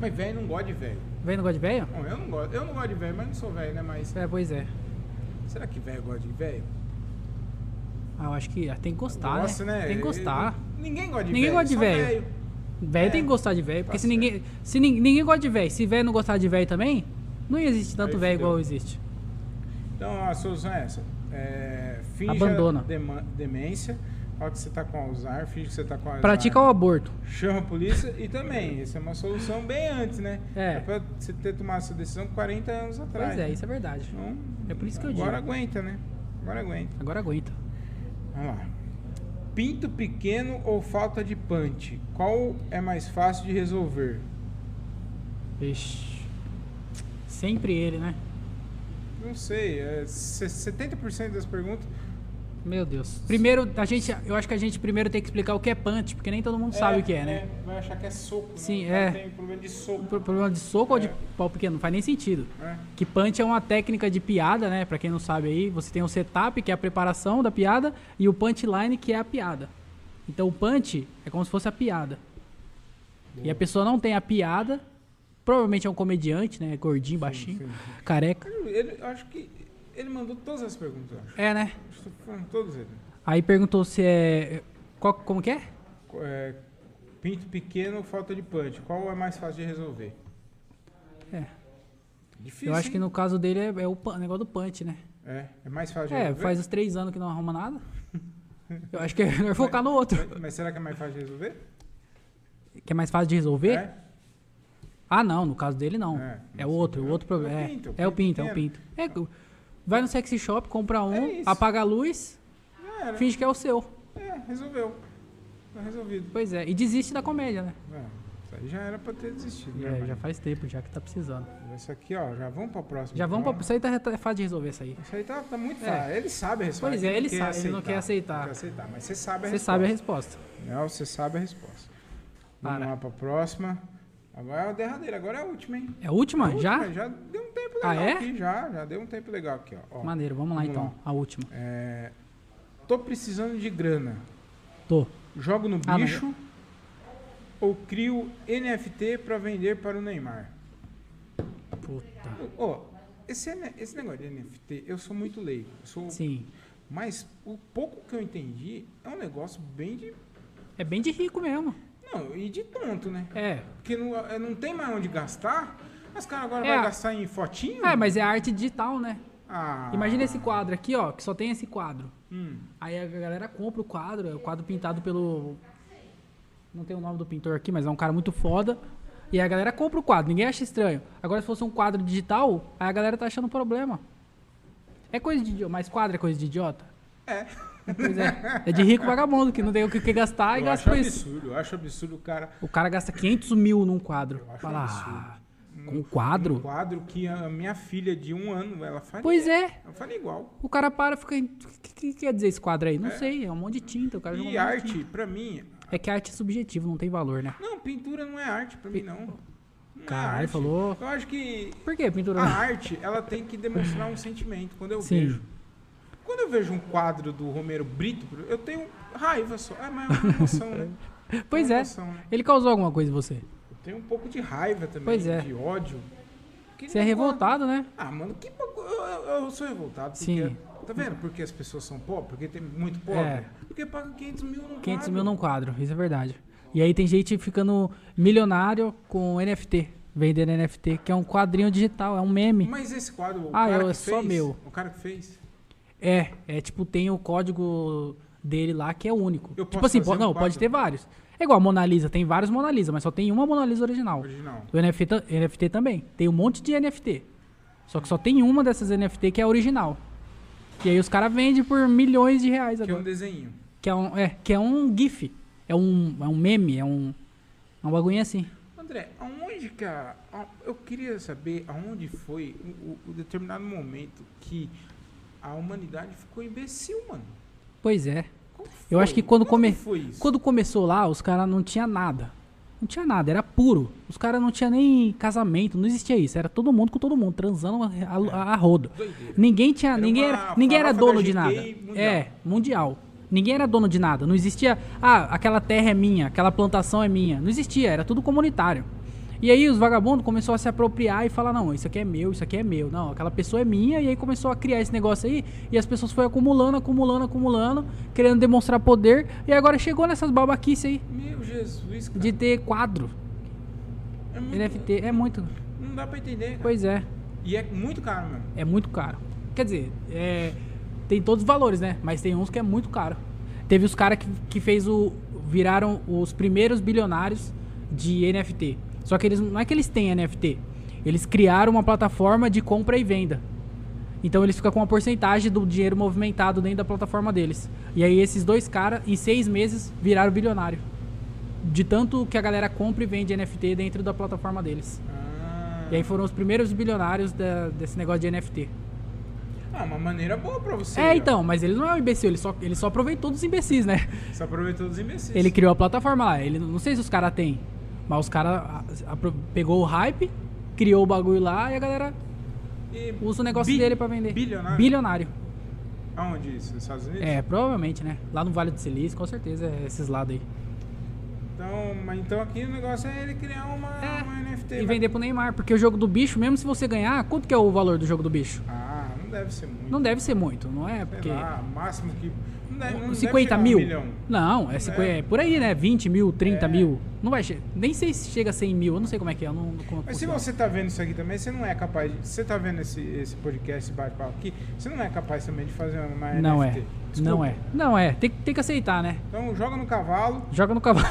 B: Mas velho não gosta de velho.
A: Vendo negócio de velho?
B: Bom, eu não gosto, eu não gosto de velho, mas não sou velho, né? Mas
A: É, pois é.
B: será que velho gosta de velho?
A: Ah, eu acho que ah, tem que gostar,
B: Gosta,
A: né? Tem que gostar.
B: Eu- ninguém gosta de
A: Ninguém
B: velho.
A: gosta de
B: só
A: velho. Velho
B: É.
A: tem que gostar de velho, porque
B: Tá
A: se ninguém, se nin- ninguém gosta de velho, se velho não gostar de velho também, não existe tanto
B: Aí
A: velho
B: fudeu.
A: igual existe.
B: Então a solução é essa. É, finja
A: Abandona.
B: dema- demência, fala que você tá com Alzheimer, finge que você tá com Alzheimer.
A: Pratica o aborto.
B: Chama a polícia e também, essa é uma solução bem antes, né?
A: É.
B: pra você ter tomado essa decisão 40 anos atrás.
A: Pois é, isso é verdade.
B: Então,
A: É por isso que eu
B: Agora
A: digo.
B: aguenta, né? Agora aguenta.
A: Agora aguenta.
B: Vamos lá. Pinto pequeno ou falta de punch? Qual é mais fácil de resolver?
A: Ixi. Sempre ele, né?
B: Não sei, é, se- 70% das perguntas.
A: Meu Deus. Primeiro, a gente, eu acho que a gente primeiro tem que explicar o que é punch, porque nem todo mundo sabe o que é, né?
B: vai achar que é soco. né?
A: Sim,
B: O cara
A: é.
B: Tem problema de soco.
A: O pro- problema de soco ou de
B: É.
A: pau pequeno, não faz nem sentido.
B: né?
A: Que punch é uma técnica de piada, né? Pra quem não sabe aí, você tem o setup, que é a preparação da piada, e o punchline, que é a piada. Então o punch é como se fosse a piada. E a pessoa não tem a piada, provavelmente é um comediante, né? Gordinho, baixinho, careca.
B: Ele, eu acho que ele mandou todas as perguntas, eu acho.
A: É, né?
B: Acho que foram todas ele.
A: Aí perguntou se é. Qual, como que é?
B: É, pinto pequeno ou falta de punch? Qual é mais fácil de resolver?
A: É.
B: Difícil.
A: Eu acho que
B: hein?
A: no caso dele é, é o pan- negócio do punch, né?
B: É, é mais fácil de
A: É,
B: resolver.
A: faz uns três anos que não arruma nada. Eu acho que é melhor focar no outro.
B: Mas- Mas será que é mais fácil de resolver?
A: Que é mais fácil de resolver?
B: É?
A: Ah, não, no caso dele não.
B: É,
A: É,
B: mas
A: o outro, o outro problema. É,
B: pinto,
A: é o pinto, é o
B: pequeno.
A: pinto. É, que- vai no sexy shop, compra
B: É
A: um,
B: isso.
A: apaga a luz,
B: Já era.
A: finge que é o seu.
B: É, resolveu. Tá resolvido.
A: Pois é, e desiste da comédia, né?
B: É, isso aí já era pra ter desistido. né,
A: É,
B: mas-
A: já faz tempo já que tá precisando.
B: Isso aqui, ó, já vamos pra próxima.
A: Já vamos
B: então.
A: pra. Isso aí tá, tá- é fácil de resolver isso aí.
B: Isso aí tá, tá muito
A: É.
B: fácil. Ele sabe a resposta.
A: Pois é, ele
B: quer
A: sabe, ele não quer aceitar.
B: Não quer aceitar, mas você sabe a
A: Você
B: resposta.
A: sabe a resposta.
B: Não, você sabe a resposta. Vamos
A: Para.
B: lá pra próxima. Agora é a derradeira, agora é a última, hein?
A: É a última?
B: A
A: já?
B: última, Já deu um tempo legal
A: Ah, é?
B: aqui, já. Já deu um tempo legal aqui, ó. ó.
A: Maneiro, vamos lá
B: Vamos
A: então.
B: lá.
A: A última.
B: É, tô precisando de grana.
A: Tô.
B: Jogo no
A: Ah, não.
B: bicho ou crio NFT pra vender para o Neymar?
A: Puta.
B: Ô, esse, N- esse negócio de NFT, eu sou muito leigo. eu sou-
A: Sim.
B: Mas o pouco que eu entendi é um negócio bem de.
A: É bem de rico mesmo.
B: Não, e de tonto, né?
A: É.
B: Porque não, é, não tem mais onde gastar. Os caras agora
A: É
B: vão
A: a-
B: gastar em fotinho?
A: É, mas é arte digital, né?
B: Ah.
A: Imagina esse quadro aqui, ó, que só tem esse quadro.
B: Hum.
A: Aí a galera compra o quadro, é o quadro pintado pelo. Não tem o nome do pintor aqui, mas é um cara muito foda. E a galera compra o quadro, ninguém acha estranho. Agora, se fosse um quadro digital, aí a galera tá achando problema. É coisa de idiota, mas quadro é coisa de idiota?
B: É.
A: Pois é. É de rico vagabundo que não tem o que que gastar e
B: eu
A: gasta
B: acho
A: com isso.
B: absurdo, eu acho absurdo o cara.
A: O cara gasta 500 mil num quadro.
B: Eu acho
A: Fala,
B: absurdo.
A: ah, com um
B: Um
A: quadro?
B: quadro que a minha filha de um ano, ela faria.
A: Pois é.
B: Ela faria igual.
A: O cara para e fica. O que, que quer dizer esse quadro aí? Não sei, é um monte de tinta. O cara joga um
B: E
A: monte de tinta.
B: arte, pra mim.
A: É que a arte é subjetiva, não tem valor, né?
B: Não, pintura não é arte pra mim, não. Não é
A: Caralho,
B: arte.
A: falou.
B: Eu acho que
A: Por que pintura?
B: a
A: não?
B: arte, ela tem que demonstrar um sentimento. Quando eu
A: Sim.
B: vejo. Quando eu vejo um quadro do Romero Brito, eu tenho raiva só. Ah, mas é uma emoção, né?
A: Pois
B: uma
A: é.
B: emoção, né?
A: Ele causou alguma coisa em você?
B: Eu tenho um pouco de raiva também,
A: Pois é.
B: de ódio. Aquele
A: Você é
B: negócio-
A: revoltado, né?
B: Ah, mano, que bagulho. Eu, eu sou revoltado. porque-
A: Sim.
B: Tá vendo? Porque as pessoas são pobres, porque tem muito pobre.
A: É.
B: Porque paga 500 mil no
A: 500 mil num quadro, isso é verdade. E aí tem gente ficando milionário com NFT, vendendo NFT, que é um quadrinho digital, é um meme.
B: Mas esse quadro, o
A: Ah,
B: cara
A: eu-
B: que
A: é só
B: fez,
A: meu.
B: O cara que fez.
A: É, é tipo, tem o código dele lá que é único.
B: Eu
A: tipo
B: posso
A: assim,
B: fazer
A: pode,
B: um
A: não, pode
B: quadro?
A: ter vários. É igual a Mona Lisa, tem vários Mona Lisa, mas só tem uma Mona Lisa original.
B: Original.
A: O NFT, ta- NFT também. Tem um monte de NFT. Só que só tem uma dessas NFT que é a original. E aí os caras vendem por milhões de reais
B: Que é um
A: agora.
B: desenho.
A: Que é um, é, que é um GIF. É um, é um meme, é um. É um bagulho assim.
B: André, aonde que a. a- eu queria saber aonde foi o, o- o determinado momento que a humanidade ficou imbecil, mano.
A: Pois é.
B: Qual
A: Eu acho
B: foi?
A: que quando come-
B: foi isso?
A: Quando começou lá, os caras não tinha nada. Não tinha nada, era puro. Os caras não tinha nem casamento, não existia isso. Era todo mundo com todo mundo, transando a, a, a rodo.
B: Doideira.
A: Ninguém tinha.
B: Era
A: ninguém
B: uma
A: era, ninguém era
B: farofa da
A: dono de
B: GK
A: nada.
B: mundial.
A: É, mundial. Ninguém era dono de nada. Não existia. Ah, aquela terra é minha, aquela plantação é minha. Não existia, era tudo comunitário. E aí os vagabundos começaram a se apropriar e falar, não, isso aqui é meu, isso aqui é meu. Não, aquela pessoa é minha. E aí começou a criar esse negócio aí. E as pessoas foram acumulando, acumulando, acumulando, querendo demonstrar poder. E agora chegou nessas babaquices aí
B: Meu Jesus, cara.
A: de ter quadro.
B: É muito-
A: NFT é muito.
B: Não dá pra entender. cara.
A: Pois é.
B: E é muito caro, mano.
A: É muito caro. Quer dizer, é, tem todos os valores, né? Mas tem uns que é muito caro. Teve os caras que, que fez o. viraram os primeiros bilionários de NFT. Só que eles não é que eles têm NFT. Eles criaram uma plataforma de compra e venda. Então eles ficam com uma porcentagem do dinheiro movimentado dentro da plataforma deles. E aí esses dois caras, em seis meses, viraram bilionário. De tanto que a galera compra e vende NFT dentro da plataforma deles.
B: Ah,
A: E aí foram os primeiros bilionários da- desse negócio de NFT.
B: Ah, uma maneira boa pra você. ó.
A: É, então, mas ele não é um imbecil, ele só, ele só aproveitou dos imbecis, né?
B: Você aproveitou dos imbecis.
A: Ele criou a plataforma lá, ele não sei se os caras têm, mas os caras pegou o hype, criou o bagulho lá e a galera
B: E
A: usa o negócio
B: bi-
A: dele pra vender.
B: Bilionário?
A: Bilionário.
B: Aonde isso? Nos Estados Unidos?
A: É, provavelmente, né? Lá no Vale do Silício, com certeza, é esses lados aí.
B: Então, mas então aqui o negócio é ele criar uma,
A: É,
B: uma NFT.
A: E
B: mas-
A: vender pro Neymar, porque o jogo do bicho, mesmo se você ganhar, quanto que é o valor do jogo do bicho?
B: Ah, não deve ser muito.
A: Não deve ser muito, não é?
B: Sei
A: Porque.
B: lá, máximo que. Não deve, não
A: Uns
B: deve
A: 50
B: chegar a um
A: mil?
B: milhão.
A: não, é, 50, é por aí, né? 20 mil, 30
B: É.
A: mil. Não vai chegar. Nem sei se chega a 100 mil, eu não sei como é que é. eu não, não consigo.
B: Mas se você tá vendo isso aqui também, você não é capaz. De, você tá vendo esse, esse podcast, esse bate-papo aqui, você não é capaz também de fazer uma
A: Não
B: NFT.
A: é.
B: Desculpa.
A: Não é. Não é. Tem, que- tem que aceitar, né?
B: Então joga no cavalo.
A: Joga no cavalo.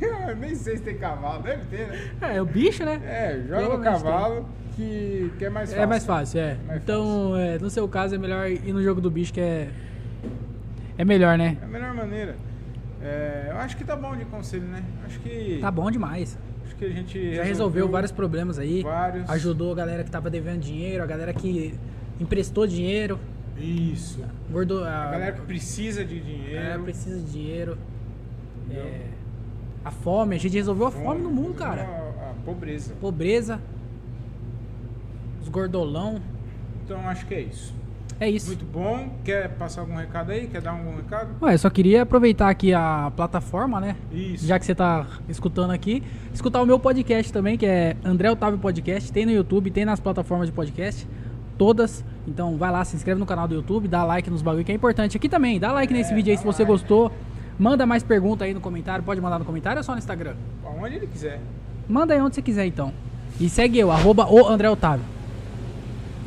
B: Eu nem sei se tem cavalo, deve ter, né?
A: é, o bicho, né?
B: É, joga no
A: Provavelmente tem.
B: cavalo que, que é mais
A: É,
B: fácil.
A: mais fácil, é.
B: Mais
A: então, é, no seu caso, é melhor ir no jogo do bicho, que é. É melhor, né?
B: É a melhor maneira. É, eu acho que tá bom de conselho, né? Acho que.
A: Tá bom demais.
B: Acho que a gente.
A: Já resolveu vários problemas aí.
B: vários.
A: Ajudou a galera que tava devendo dinheiro, a galera que emprestou dinheiro.
B: Isso.
A: Gordo,
B: A galera que precisa de dinheiro.
A: É, precisa de dinheiro.
B: Entendeu? Então,
A: É, a fome, a gente resolveu a fome no mundo, cara.
B: A, é a pobreza.
A: Pobreza. Os gordolão.
B: Então acho que é isso.
A: É isso.
B: Muito bom. Quer passar algum recado aí? Quer dar algum recado?
A: Ué, eu só queria aproveitar aqui a plataforma, né?
B: Isso.
A: Já que você tá escutando aqui, escutar o meu podcast também, que é André Otávio Podcast. Tem no YouTube, tem nas plataformas de podcast, todas. Então vai lá, se inscreve no canal do YouTube, dá like nos bagulho que é importante. Aqui também, É, dá like nesse vídeo aí se você gostou. Manda mais pergunta aí no comentário, pode mandar no comentário ou só no Instagram?
B: Aonde ele quiser.
A: Manda aí onde você quiser então. E segue eu, arroba o André Otávio.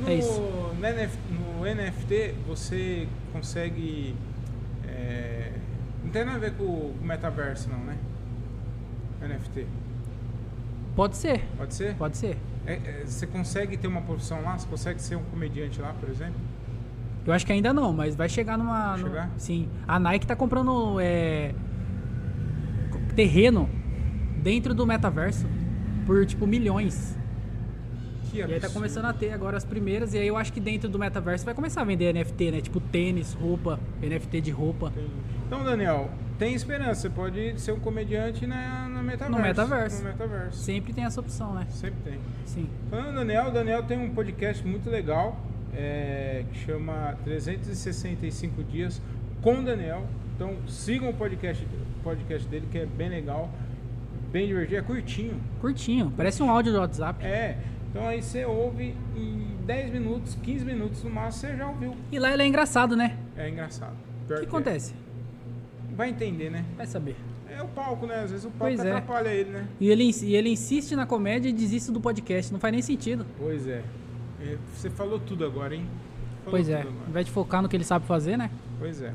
B: No,
A: É isso.
B: na NF no NFT você consegue. é, não tem nada a ver com o metaverso, não, né? NFT.
A: Pode ser,
B: Pode ser?
A: pode ser.
B: É, é, você consegue ter uma profissão lá? Você consegue ser um comediante lá, por exemplo?
A: Eu acho que ainda não, mas vai chegar numa. no-
B: Chegar?
A: sim. A Nike tá comprando é, co- terreno dentro do metaverso por tipo milhões.
B: Que
A: E aí tá
B: absurdo.
A: começando a ter agora as primeiras. E aí eu acho que dentro do metaverso vai começar a vender NFT, né? Tipo tênis, roupa, NFT de roupa.
B: Então, Daniel, tem esperança. Você pode ser um comediante na, na metaverso.
A: No metaverso.
B: No metaverso.
A: Sempre tem essa opção, né?
B: Sempre tem.
A: Sim.
B: Falando do Ah, Daniel, o Daniel tem um podcast muito legal é, que chama 365 Dias com Daniel. Então sigam o podcast, podcast dele que é bem legal, bem divertido, é curtinho.
A: Curtinho. Parece um áudio do WhatsApp.
B: É, então aí você ouve em 10 minutos, 15 minutos no máximo, você já ouviu.
A: E lá ele é engraçado, né?
B: É engraçado.
A: O
B: Pior
A: que
B: é.
A: acontece?
B: Vai entender, né?
A: Vai saber.
B: É o palco, né? Às vezes o palco
A: Pois é.
B: atrapalha ele, né?
A: E ele, ins- e ele insiste na comédia e desiste do podcast. Não faz nem sentido.
B: Pois é. É, Você falou tudo agora, hein? Falou
A: Pois é,
B: tudo agora.
A: ao invés de focar no que ele sabe fazer, né?
B: Pois é.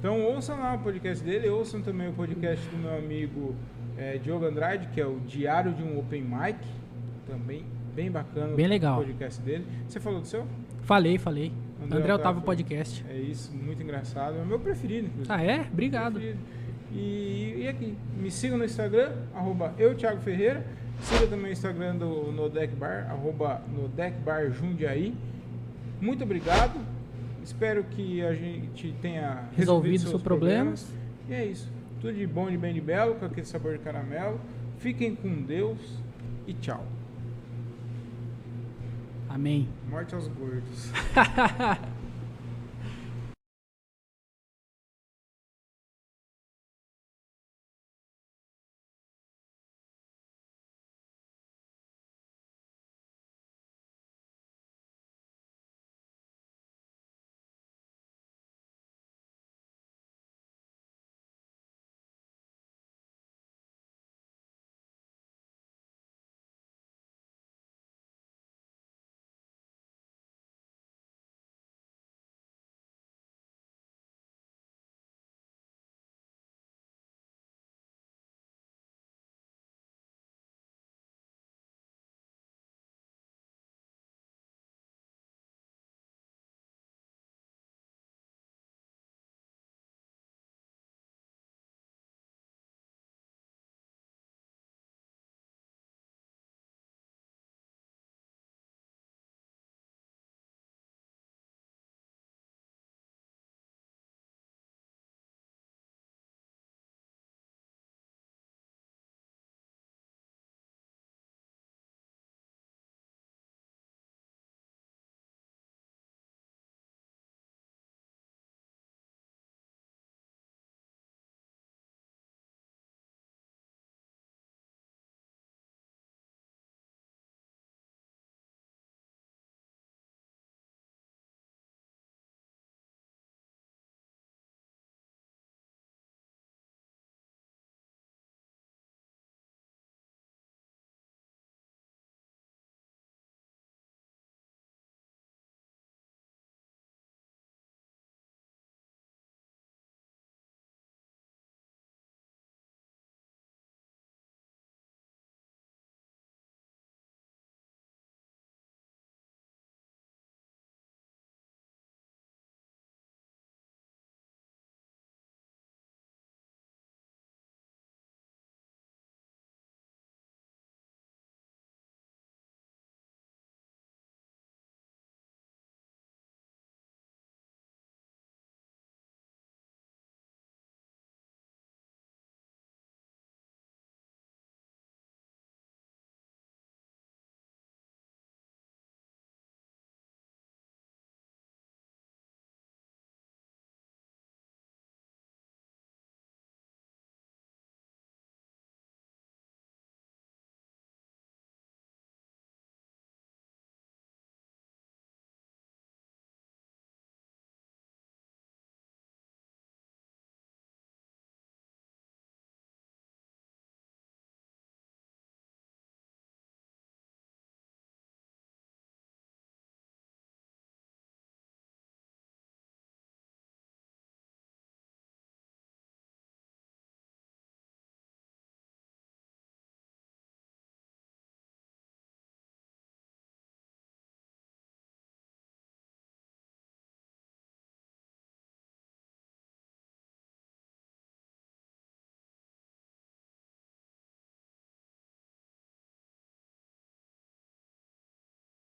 B: Então ouçam lá o podcast dele, ouçam também o podcast do meu amigo eh, Diogo Andrade, que é o Diário de um Open Mic. Também bem bacana
A: Bem
B: o
A: legal.
B: podcast dele. Você falou do seu?
A: Falei, falei.
B: André
A: André,
B: Otávio.
A: Otávio Podcast.
B: É isso, muito engraçado. É o meu preferido, inclusive.
A: Ah, é? Obrigado.
B: Preferido. E, e aqui, me sigam no Instagram, arroba eu, Thiago Ferreira. Siga também o Instagram do Nodec Bar, arroba Nodec Bar Jundiaí. Muito obrigado. Espero que a gente tenha resolvido,
A: Resolvido
B: seus
A: seus problemas.
B: E é isso. Tudo de bom, de bem, de belo, com aquele sabor de caramelo. Fiquem com Deus e tchau.
A: Amém.
B: Morte aos gordos.